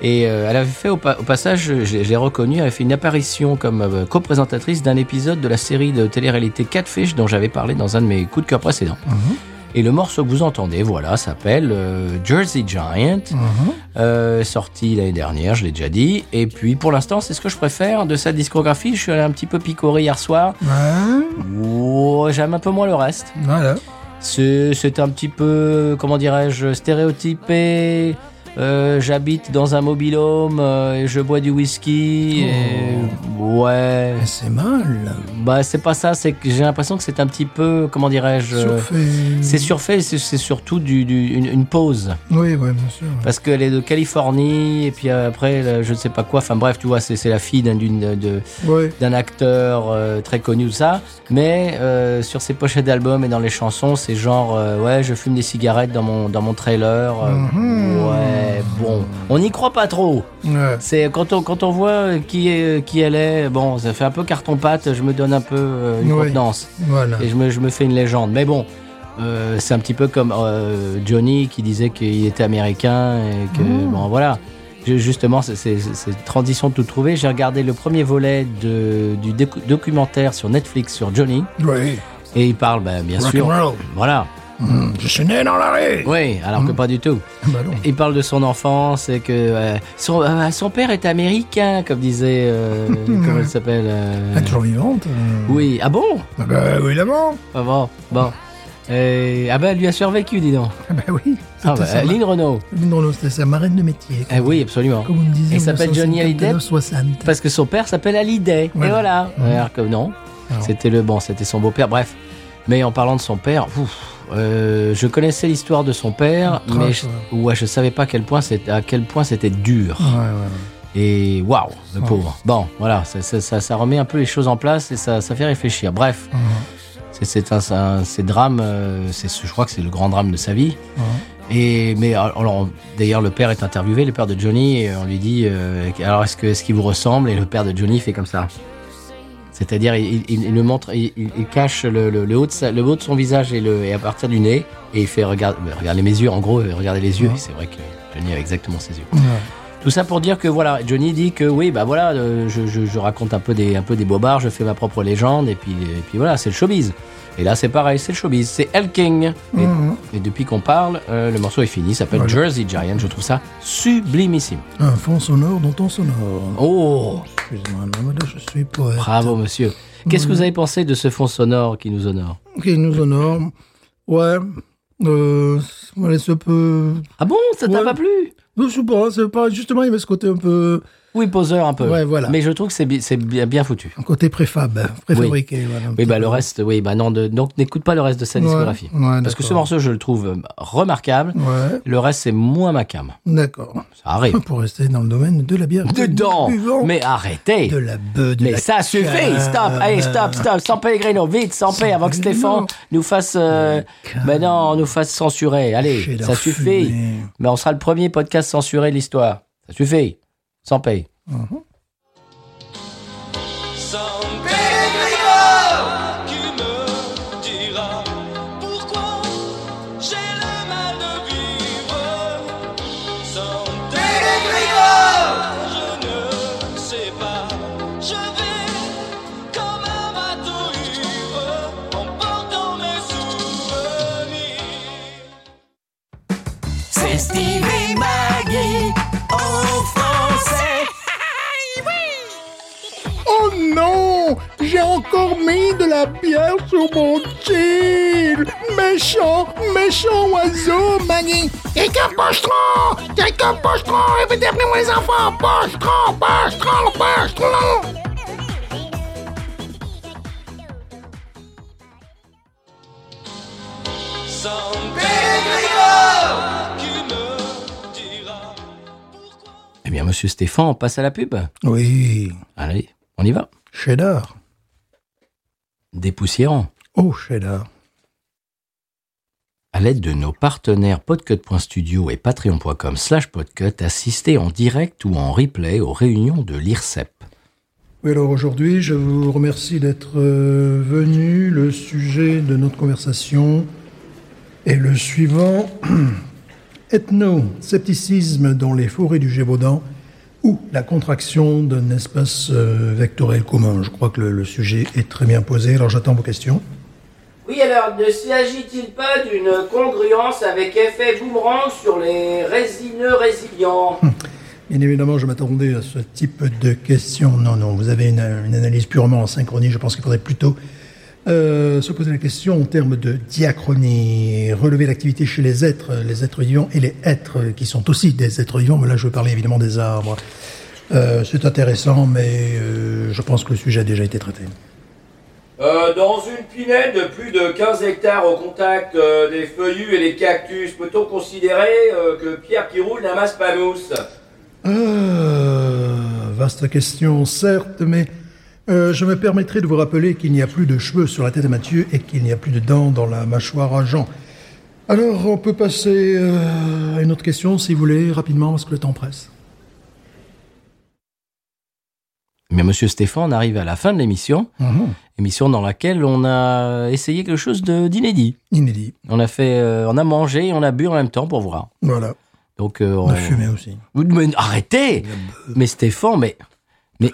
Speaker 1: Et euh, elle avait fait au, pa- au passage, je, je l'ai reconnue, elle avait fait une apparition comme euh, coprésentatrice d'un épisode de la série de télé-réalité Catfish dont j'avais parlé dans un de mes coups de cœur précédents.
Speaker 2: Mhm.
Speaker 1: Et le morceau que vous entendez, voilà, s'appelle euh, Jersey Giant,
Speaker 2: mhm.
Speaker 1: euh, sorti l'année dernière, je l'ai déjà dit. Et puis pour l'instant, c'est ce que je préfère de sa discographie. Je suis allé un petit peu picorer hier soir.
Speaker 2: Ouais.
Speaker 1: Oh, J'aime un peu moins le reste.
Speaker 2: Voilà.
Speaker 1: C'est c'est un petit peu, comment dirais-je, stéréotypé. Euh, J'habite dans un mobilhome euh, et je bois du whisky. et- Ouais.
Speaker 2: Mais c'est mal.
Speaker 1: Bah, c'est pas ça, c'est que j'ai l'impression que c'est un petit peu, comment dirais-je. euh,
Speaker 2: Surfait.
Speaker 1: C'est surfait, c'est c'est surtout du, du- une, une pause.
Speaker 2: Oui, oui, bien sûr.
Speaker 1: Parce qu'elle est de Californie, et puis euh, après, là, je ne sais pas quoi. Enfin bref, tu vois, c'est c'est la fille d'un d'une- de-
Speaker 2: Ouais.
Speaker 1: d'un acteur euh, très connu, tout ça. Mais euh, sur ses pochettes d'albums et dans les chansons, c'est genre, euh, ouais, je fume des cigarettes dans mon, dans mon trailer. euh,
Speaker 2: Mhm.
Speaker 1: Ouais, bon. On n'y croit pas trop.
Speaker 2: Ouais.
Speaker 1: C'est quand on, quand on voit euh, qui, est, qui elle est, bon, ça fait un peu carton-pâte, je me donne un peu euh, une
Speaker 2: Oui.
Speaker 1: contenance
Speaker 2: Voilà.
Speaker 1: et je me, je me fais une légende. Mais bon, euh, c'est un petit peu comme euh, Johnny qui disait qu'il était américain et que bon voilà. Ju- Justement, c'est- c'est c'est- cette transition tout trouvé. J'ai regardé le premier volet de- du déco- documentaire sur Netflix sur Johnny
Speaker 2: Oui.
Speaker 1: et il parle ben, bien sûr.
Speaker 2: Rock'n'roll.
Speaker 1: Voilà.
Speaker 2: Mm, Je suis né dans la rue.
Speaker 1: Oui, alors que pas du tout.
Speaker 2: Bah non.
Speaker 1: Il parle de son enfance et que euh, son, euh, son père est américain, comme disait. euh, comment il s'appelle euh,
Speaker 2: Elle est toujours vivante. euh.
Speaker 1: Oui. Ah bon
Speaker 2: Ah bah oui, évidemment.
Speaker 1: Ah bon. bon. Euh, ah ben, elle lui a survécu, dis donc.
Speaker 2: Ah bah oui.
Speaker 1: Ah
Speaker 2: C'était
Speaker 1: bah,
Speaker 2: sa
Speaker 1: Lynn Renault.
Speaker 2: ma- Lynn Renaud, c'était sa marraine de métier.
Speaker 1: Eh oui, absolument.
Speaker 2: Comme on me disait.
Speaker 1: Et s'appelle Johnny Hallyday
Speaker 2: 60.
Speaker 1: Parce que son père s'appelle Hallyday. Et
Speaker 2: Voilà.
Speaker 1: voilà.
Speaker 2: Mhm.
Speaker 1: Alors que non,
Speaker 2: Alors.
Speaker 1: c'était le bon, c'était son beau-père. Bref. Mais en parlant de son père, ouf, euh, je connaissais l'histoire de son père,
Speaker 2: Ah, Trash,
Speaker 1: mais je,
Speaker 2: ouais.
Speaker 1: ouais, je savais pas à quel point c'était à quel point c'était dur.
Speaker 2: Ouais, ouais.
Speaker 1: Et waouh, le pauvre. Bon, voilà, ça, ça, ça- ça remet un peu les choses en place et ça, ça fait réfléchir. Bref,
Speaker 2: ouais.
Speaker 1: c'est c'est un, c'est un- c'est drame. euh, c'est ce- je crois que c'est le grand drame de sa vie.
Speaker 2: Ouais.
Speaker 1: Et mais euh, alors d'ailleurs le père est interviewé, le père de Johnny, et on lui dit euh, alors est-ce que est-ce qu'il vous ressemble Et le père de Johnny fait comme ça. C'est-à-dire il, il- il le montre, il, il- il cache le, le- le haut de sa- le haut de son visage et, le, et à partir du nez et il fait regarde mais regardez mes yeux en gros euh, regardez les yeux.
Speaker 2: Ouais.
Speaker 1: Et c'est vrai que Johnny a exactement ses yeux.
Speaker 2: Ouais.
Speaker 1: Tout ça pour dire que voilà Johnny dit que oui bah voilà euh, je, je- je raconte un peu des un peu des bobards, je fais ma propre légende et puis et puis voilà c'est le showbiz. Et là c'est pareil c'est le showbiz, c'est El King. Et
Speaker 2: Mhm.
Speaker 1: et depuis qu'on parle, euh, le morceau est fini, s'appelle
Speaker 2: Voilà.
Speaker 1: Jersey Giant. Je trouve ça sublimissime.
Speaker 2: Un fond sonore dont on sonore.
Speaker 1: Oh,
Speaker 2: Excuse-moi, mais voilà, je suis poète.
Speaker 1: bravo monsieur. Qu'est-ce
Speaker 2: Mhm.
Speaker 1: que vous avez pensé de ce fond sonore qui nous honore
Speaker 2: Qui nous honore. Ouais. Euh, voilà, c'est un peu.
Speaker 1: Ah bon, ça t'a
Speaker 2: Ouais.
Speaker 1: pas plu
Speaker 2: Non, je sais pas, c'est pas. Justement, il y avait ce côté un peu.
Speaker 1: Oui, poseur un peu.
Speaker 2: Ouais, voilà.
Speaker 1: Mais je trouve que c'est bi- c'est bien, bien foutu.
Speaker 2: Un côté préfab, préfabriqué. Voilà, un
Speaker 1: Oui,
Speaker 2: petit
Speaker 1: bah
Speaker 2: peu.
Speaker 1: le reste, oui, bah non, de- donc n'écoute pas le reste de sa
Speaker 2: Ouais,
Speaker 1: discographie.
Speaker 2: ouais,
Speaker 1: Parce que
Speaker 2: d'accord.
Speaker 1: ce morceau, je le trouve euh, remarquable.
Speaker 2: Ouais,
Speaker 1: Le reste, c'est moins ma cam.
Speaker 2: d'accord.
Speaker 1: Ça arrive.
Speaker 2: Pour rester dans le domaine de la bière. que
Speaker 1: Dedans
Speaker 2: nous buvons.
Speaker 1: Mais arrêtez
Speaker 2: De la beuh, de
Speaker 1: Mais
Speaker 2: la
Speaker 1: ça suffit,
Speaker 2: cave.
Speaker 1: stop, allez, stop, stop, sans Pellegrino, vite, sans paix, avant que Stéphane
Speaker 2: Non.
Speaker 1: nous fasse, euh, ben non, nous fasse censurer, allez,
Speaker 2: Chez
Speaker 1: ça
Speaker 2: leur
Speaker 1: suffit.
Speaker 2: fumée.
Speaker 1: Mais on sera le premier podcast censuré de l'histoire. Ça suffit, sans paix.
Speaker 3: Sans Pellegrino qui me dira pourquoi j'ai le mal de vivre. Sans Pellegrino, je ne sais pas. Je vais comme un bateau ivre en portant mes souvenirs.
Speaker 4: C'est Steve et Maggie en français.
Speaker 2: Oh non J'ai encore mis de la bière sur mon chill Méchant, méchant oiseau, Maggie Quelqu'un pochetron Quelqu'un pochetron Répétez-moi les enfants Pochetron, pochetron, pochetron
Speaker 3: Sans Pellegrino qui me dira pourquoi.
Speaker 1: Eh bien, monsieur Stéphane, on passe à la pub.
Speaker 2: Oui,
Speaker 1: Allez, on y va.
Speaker 2: cheddar.
Speaker 1: Dépoussiérant.
Speaker 2: Oh, cheddar.
Speaker 1: À l'aide de nos partenaires podcut.studio et patreon.com slash podcut, assistez en direct ou en replay aux réunions de l'IRCEP.
Speaker 2: Oui, alors aujourd'hui, je vous remercie d'être euh, venu. Le sujet de notre conversation est le suivant ethno-scepticisme dans les forêts du Gévaudan ou la contraction d'un espace euh, vectoriel commun. Je crois que le, le sujet est très bien posé, alors j'attends vos questions.
Speaker 5: Oui, alors ne s'agit-il pas d'une congruence avec effet boomerang sur les résineux résilients
Speaker 2: Bien évidemment, je m'attendais à ce type de questions. Non, non, vous avez une, une analyse purement en synchronie. Je pense qu'il faudrait plutôt Euh, se poser la question en termes de diachronie, relever l'activité chez les êtres, les êtres vivants et les êtres qui sont aussi des êtres vivants, mais là je veux parler évidemment des arbres. Euh, c'est intéressant, mais euh, je pense que le sujet a déjà été traité.
Speaker 5: Euh, dans une pinède de plus de 15 hectares au contact euh, des feuillus et des cactus, peut-on considérer euh, que Pierre qui roule n'amasse pas mousse
Speaker 2: Euh, vaste question, certes, mais euh, je me permettrai de vous rappeler qu'il n'y a plus de cheveux sur la tête de Mathieu et qu'il n'y a plus de dents dans la mâchoire à Jean. Alors, on peut passer euh, à une autre question, si vous voulez, rapidement, parce que le temps presse.
Speaker 1: Mais Monsieur Stéphane arrive à la fin de l'émission, émission dans laquelle on a essayé quelque chose de- d'inédit.
Speaker 2: Inédit.
Speaker 1: On a fait, euh, on a mangé, et on a bu en même temps pour voir.
Speaker 2: Voilà.
Speaker 1: Donc euh,
Speaker 2: On a
Speaker 1: on-
Speaker 2: fumé aussi.
Speaker 1: Vous- mais arrêtez Mais Stéphane, mais mais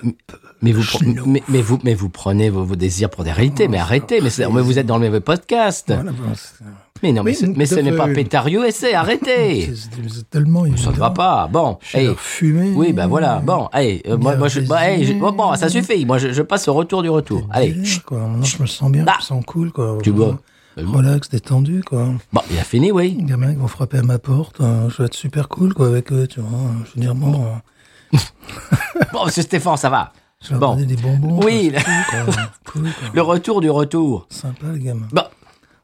Speaker 1: mais vous pre-
Speaker 2: Schnouf.
Speaker 1: mais, mais vous mais vous prenez vos, vos désirs pour des réalités. mais arrêtez Mais, c'est- mais vous êtes dans le mauvais podcast.
Speaker 2: Voilà, bon, c'est-
Speaker 1: Mais non, mais,
Speaker 2: Oui,
Speaker 1: ce- mais ce
Speaker 2: tout à
Speaker 1: n'est pas
Speaker 2: fait.
Speaker 1: Pétarieux essai. Arrêtez.
Speaker 2: c'est- c'est- c'est tellement
Speaker 1: Ça ne va pas. Bon.
Speaker 2: Chez
Speaker 1: hey.
Speaker 2: leur fumée.
Speaker 1: Oui, ben voilà. Bon, allez, euh, moi, moi, je, bah, hey, je- bon, bon, ça suffit. Moi, je, je passe au retour du retour. Allez, chut.
Speaker 2: Quoi. Maintenant, je me sens bien,
Speaker 1: Ah.
Speaker 2: je me sens cool. Quoi.
Speaker 1: Tu bois.
Speaker 2: Relax, détendu, quoi.
Speaker 1: bon, il a fini, oui.
Speaker 2: Les gamins qui vont frapper à ma porte, euh, je vais être super cool quoi avec eux, tu vois. Je veux dire, bon, euh,
Speaker 1: Bon, monsieur Stéphane, ça va.
Speaker 2: je vais leur
Speaker 1: Bon.
Speaker 2: donner des bonbons.
Speaker 1: Oui,
Speaker 2: quoi, c'est cool, quoi. Cool, quoi.
Speaker 1: Le retour du retour.
Speaker 2: Sympa, les gamins.
Speaker 1: Bon,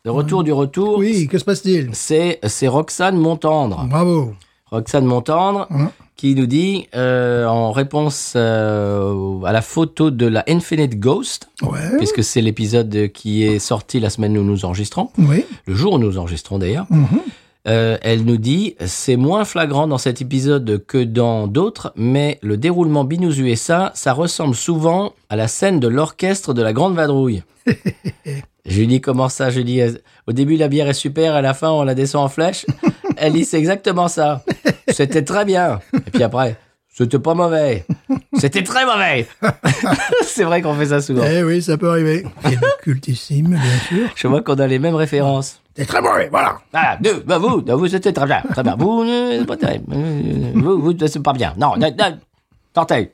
Speaker 1: le retour du retour.
Speaker 2: Hein Oui, que se passe-t-il
Speaker 1: C'est c'est Roxane Montendre.
Speaker 2: Bravo.
Speaker 1: Roxane Montendre,
Speaker 2: Hein
Speaker 1: qui nous dit, euh, en réponse euh, à la photo de la Infinite Ghost,
Speaker 2: Ouais.
Speaker 1: puisque c'est l'épisode qui est sorti la semaine où nous enregistrons,
Speaker 2: Oui.
Speaker 1: le jour où nous enregistrons d'ailleurs,
Speaker 2: Mhm.
Speaker 1: euh, elle nous dit, c'est moins flagrant dans cet épisode que dans d'autres, mais le déroulement Binous USA, ça ressemble souvent à la scène de l'orchestre de la Grande Vadrouille. Je lui dis comment ça Je lui dis euh, au début la bière est super, à la fin on la descend en flèche. Elle dit c'est exactement ça. C'était très bien. Et puis après, c'était pas mauvais. C'était très mauvais. c'est vrai qu'on fait ça souvent.
Speaker 2: Eh oui, ça peut arriver. Quel cultissime, bien sûr.
Speaker 1: Je vois qu'on a les mêmes références.
Speaker 2: C'est très mauvais, voilà.
Speaker 1: Ah, deux, bah vous, bah vous c'était très bien, très bien. Vous, euh, c'est pas terrible. Euh, Vous, vous, c'est pas bien. Non, non, non. tentez.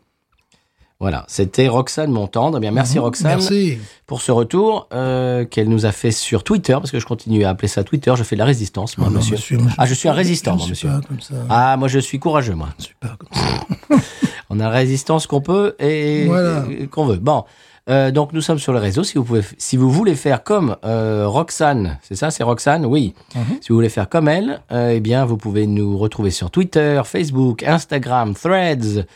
Speaker 1: Voilà, c'était Roxane Montendre. Eh bien, merci Roxane
Speaker 2: Mhm. Merci.
Speaker 1: pour ce retour euh, qu'elle nous a fait sur Twitter, parce que je continue à appeler ça Twitter. Je fais de la résistance, moi,
Speaker 2: Non,
Speaker 1: monsieur.
Speaker 2: moi,
Speaker 1: Ah, je suis un résistant,
Speaker 2: je
Speaker 1: moi,
Speaker 2: suis
Speaker 1: monsieur.
Speaker 2: Pas comme ça.
Speaker 1: Ah, moi, je suis courageux, moi.
Speaker 2: Je suis pas comme ça.
Speaker 1: On a la résistance qu'on peut et,
Speaker 2: Voilà.
Speaker 1: et qu'on veut. Bon, Euh, donc nous sommes sur le réseau. Si vous, pouvez, si vous voulez faire comme euh, Roxane, c'est ça, c'est Roxane, oui. Si vous voulez faire comme elle, euh, eh bien, vous pouvez nous retrouver sur Twitter, Facebook, Instagram, Threads,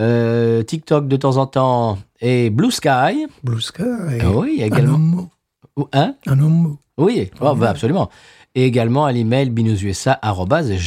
Speaker 1: euh, TikTok de temps en temps et Blue Sky.
Speaker 2: Blue Sky.
Speaker 1: Ah oui, il y a
Speaker 2: Un
Speaker 1: également.
Speaker 2: homme.
Speaker 1: Ou- hein
Speaker 2: Un homme.
Speaker 1: oui, oh, bah, absolument. Et également à l'email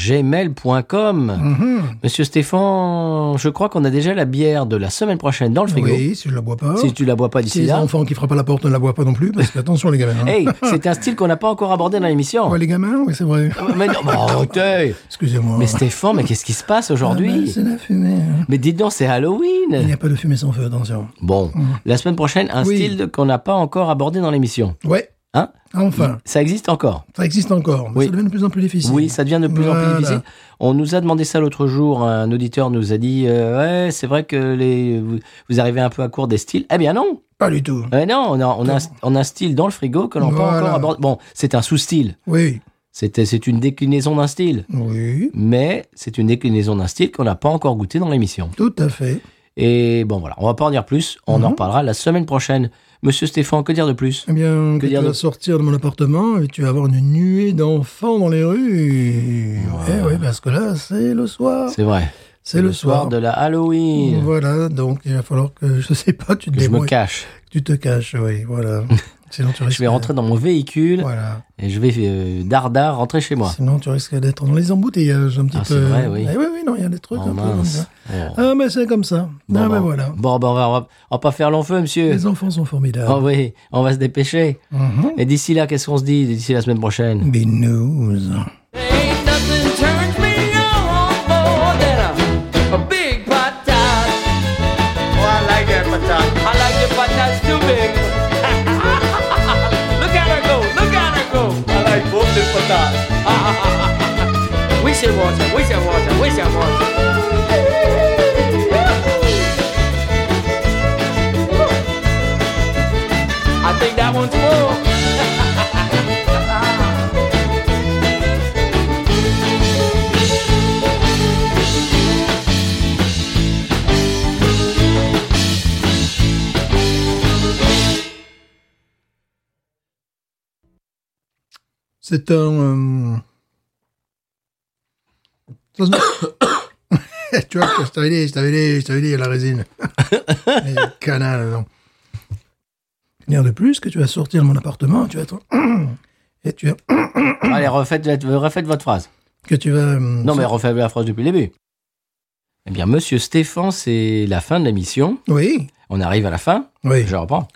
Speaker 1: binoususa.gmail.com.
Speaker 2: Mhm.
Speaker 1: Monsieur Stéphane, je crois qu'on a déjà la bière de la semaine prochaine dans le frigo.
Speaker 2: Oui, Oh. si je la bois pas.
Speaker 1: Si tu la bois pas
Speaker 2: Si
Speaker 1: d'ici
Speaker 2: les
Speaker 1: là.
Speaker 2: enfants qui frappent à la porte ne la boivent pas non plus, parce que attention, les gamins. hein.
Speaker 1: Hey, c'est un style qu'on n'a pas encore abordé dans l'émission.
Speaker 2: Ouais, les gamins, oui, c'est vrai.
Speaker 1: Mais non, mais arrêtez.
Speaker 2: Excusez-moi.
Speaker 1: Mais Stéphane, mais qu'est-ce qui se passe
Speaker 2: Ah ben,
Speaker 1: aujourd'hui
Speaker 2: c'est la fumée. hein.
Speaker 1: Mais dites donc, c'est
Speaker 2: Il n'y
Speaker 1: Halloween.
Speaker 2: a pas de fumée sans feu, attention.
Speaker 1: Bon, la semaine prochaine, un
Speaker 2: Oui.
Speaker 1: style de- qu'on n'a pas encore abordé dans l'émission.
Speaker 2: Ouais.
Speaker 1: Hein
Speaker 2: Enfin,
Speaker 1: Ça existe encore.
Speaker 2: ça existe encore, mais
Speaker 1: Oui.
Speaker 2: ça devient de plus en plus difficile.
Speaker 1: Oui, ça devient de plus en
Speaker 2: Voilà.
Speaker 1: plus difficile. On nous a demandé ça l'autre jour. Un auditeur nous a dit euh, Ouais, c'est vrai que les, vous, vous arrivez un peu à court des styles. Eh bien, non
Speaker 2: Pas du tout.
Speaker 1: Eh Non, on a, on, a, un- on a un style dans le frigo que l'on n'a pas
Speaker 2: Voilà.
Speaker 1: encore abordé. Bon, c'est un sous-style.
Speaker 2: Oui.
Speaker 1: C'était- C'est une déclinaison d'un style.
Speaker 2: Oui.
Speaker 1: Mais c'est une déclinaison d'un style qu'on n'a pas encore goûté dans l'émission.
Speaker 2: Tout à fait.
Speaker 1: Et bon, voilà, on va pas en dire plus. On
Speaker 2: Mhm.
Speaker 1: en reparlera la semaine prochaine. Monsieur Stéphane, que dire de plus
Speaker 2: Eh bien,
Speaker 1: Que
Speaker 2: que,
Speaker 1: dire
Speaker 2: tu
Speaker 1: de-
Speaker 2: vas sortir de mon appartement et tu vas avoir une nuée d'enfants dans les rues. Eh oui, parce que là, c'est le soir.
Speaker 1: C'est vrai.
Speaker 2: C'est le,
Speaker 1: soir de la Halloween.
Speaker 2: Voilà, donc il va falloir que, je sais pas, tu te
Speaker 1: Que je me
Speaker 2: débrouilles.
Speaker 1: cache.
Speaker 2: Tu te caches, oui, voilà. Sinon, tu
Speaker 1: Je
Speaker 2: risques
Speaker 1: vais rentrer dans mon véhicule
Speaker 2: Voilà.
Speaker 1: et je vais euh, dardard rentrer chez moi.
Speaker 2: Sinon, tu risques d'être dans les embouteillages un petit
Speaker 1: Ah, c'est
Speaker 2: peu.
Speaker 1: vrai, oui.
Speaker 2: Eh oui, oui, non, il y a des trucs
Speaker 1: Oh,
Speaker 2: un peu comme
Speaker 1: mince.
Speaker 2: ça. Ah, mais c'est comme ça.
Speaker 1: Bon,
Speaker 2: ah,
Speaker 1: bon.
Speaker 2: mais voilà.
Speaker 1: Bon, bon, on va, on va- on va pas faire long feu, monsieur.
Speaker 2: Les enfants sont formidables.
Speaker 1: Oh oui, on va se dépêcher.
Speaker 2: Mhm.
Speaker 1: Et d'ici là, qu'est-ce qu'on se dit d'ici la semaine prochaine
Speaker 2: Big news.
Speaker 4: Ain't nothing turns me on more than a, a big patat. Oh, I like that patat. I like the patats too big. look at her go, look at her go. I like both the patats. we should watch her, we should watch her, we should watch her. I think that one's full.
Speaker 2: C'est un. euh, ça se- tu vois, je t'avais dit, je t'avais dit, je t'avais dit, il y a la résine. Et canal, non. Rien de plus que tu vas sortir de mon appartement, tu vas te- Et tu vas-
Speaker 1: Allez, refaites, refaites votre phrase.
Speaker 2: Que tu vas. euh,
Speaker 1: Non, mais refaites la phrase depuis le début. Eh bien, monsieur Stéphane, c'est la fin de l'émission.
Speaker 2: Oui,
Speaker 1: On arrive à la fin.
Speaker 2: oui.
Speaker 1: Je reprends.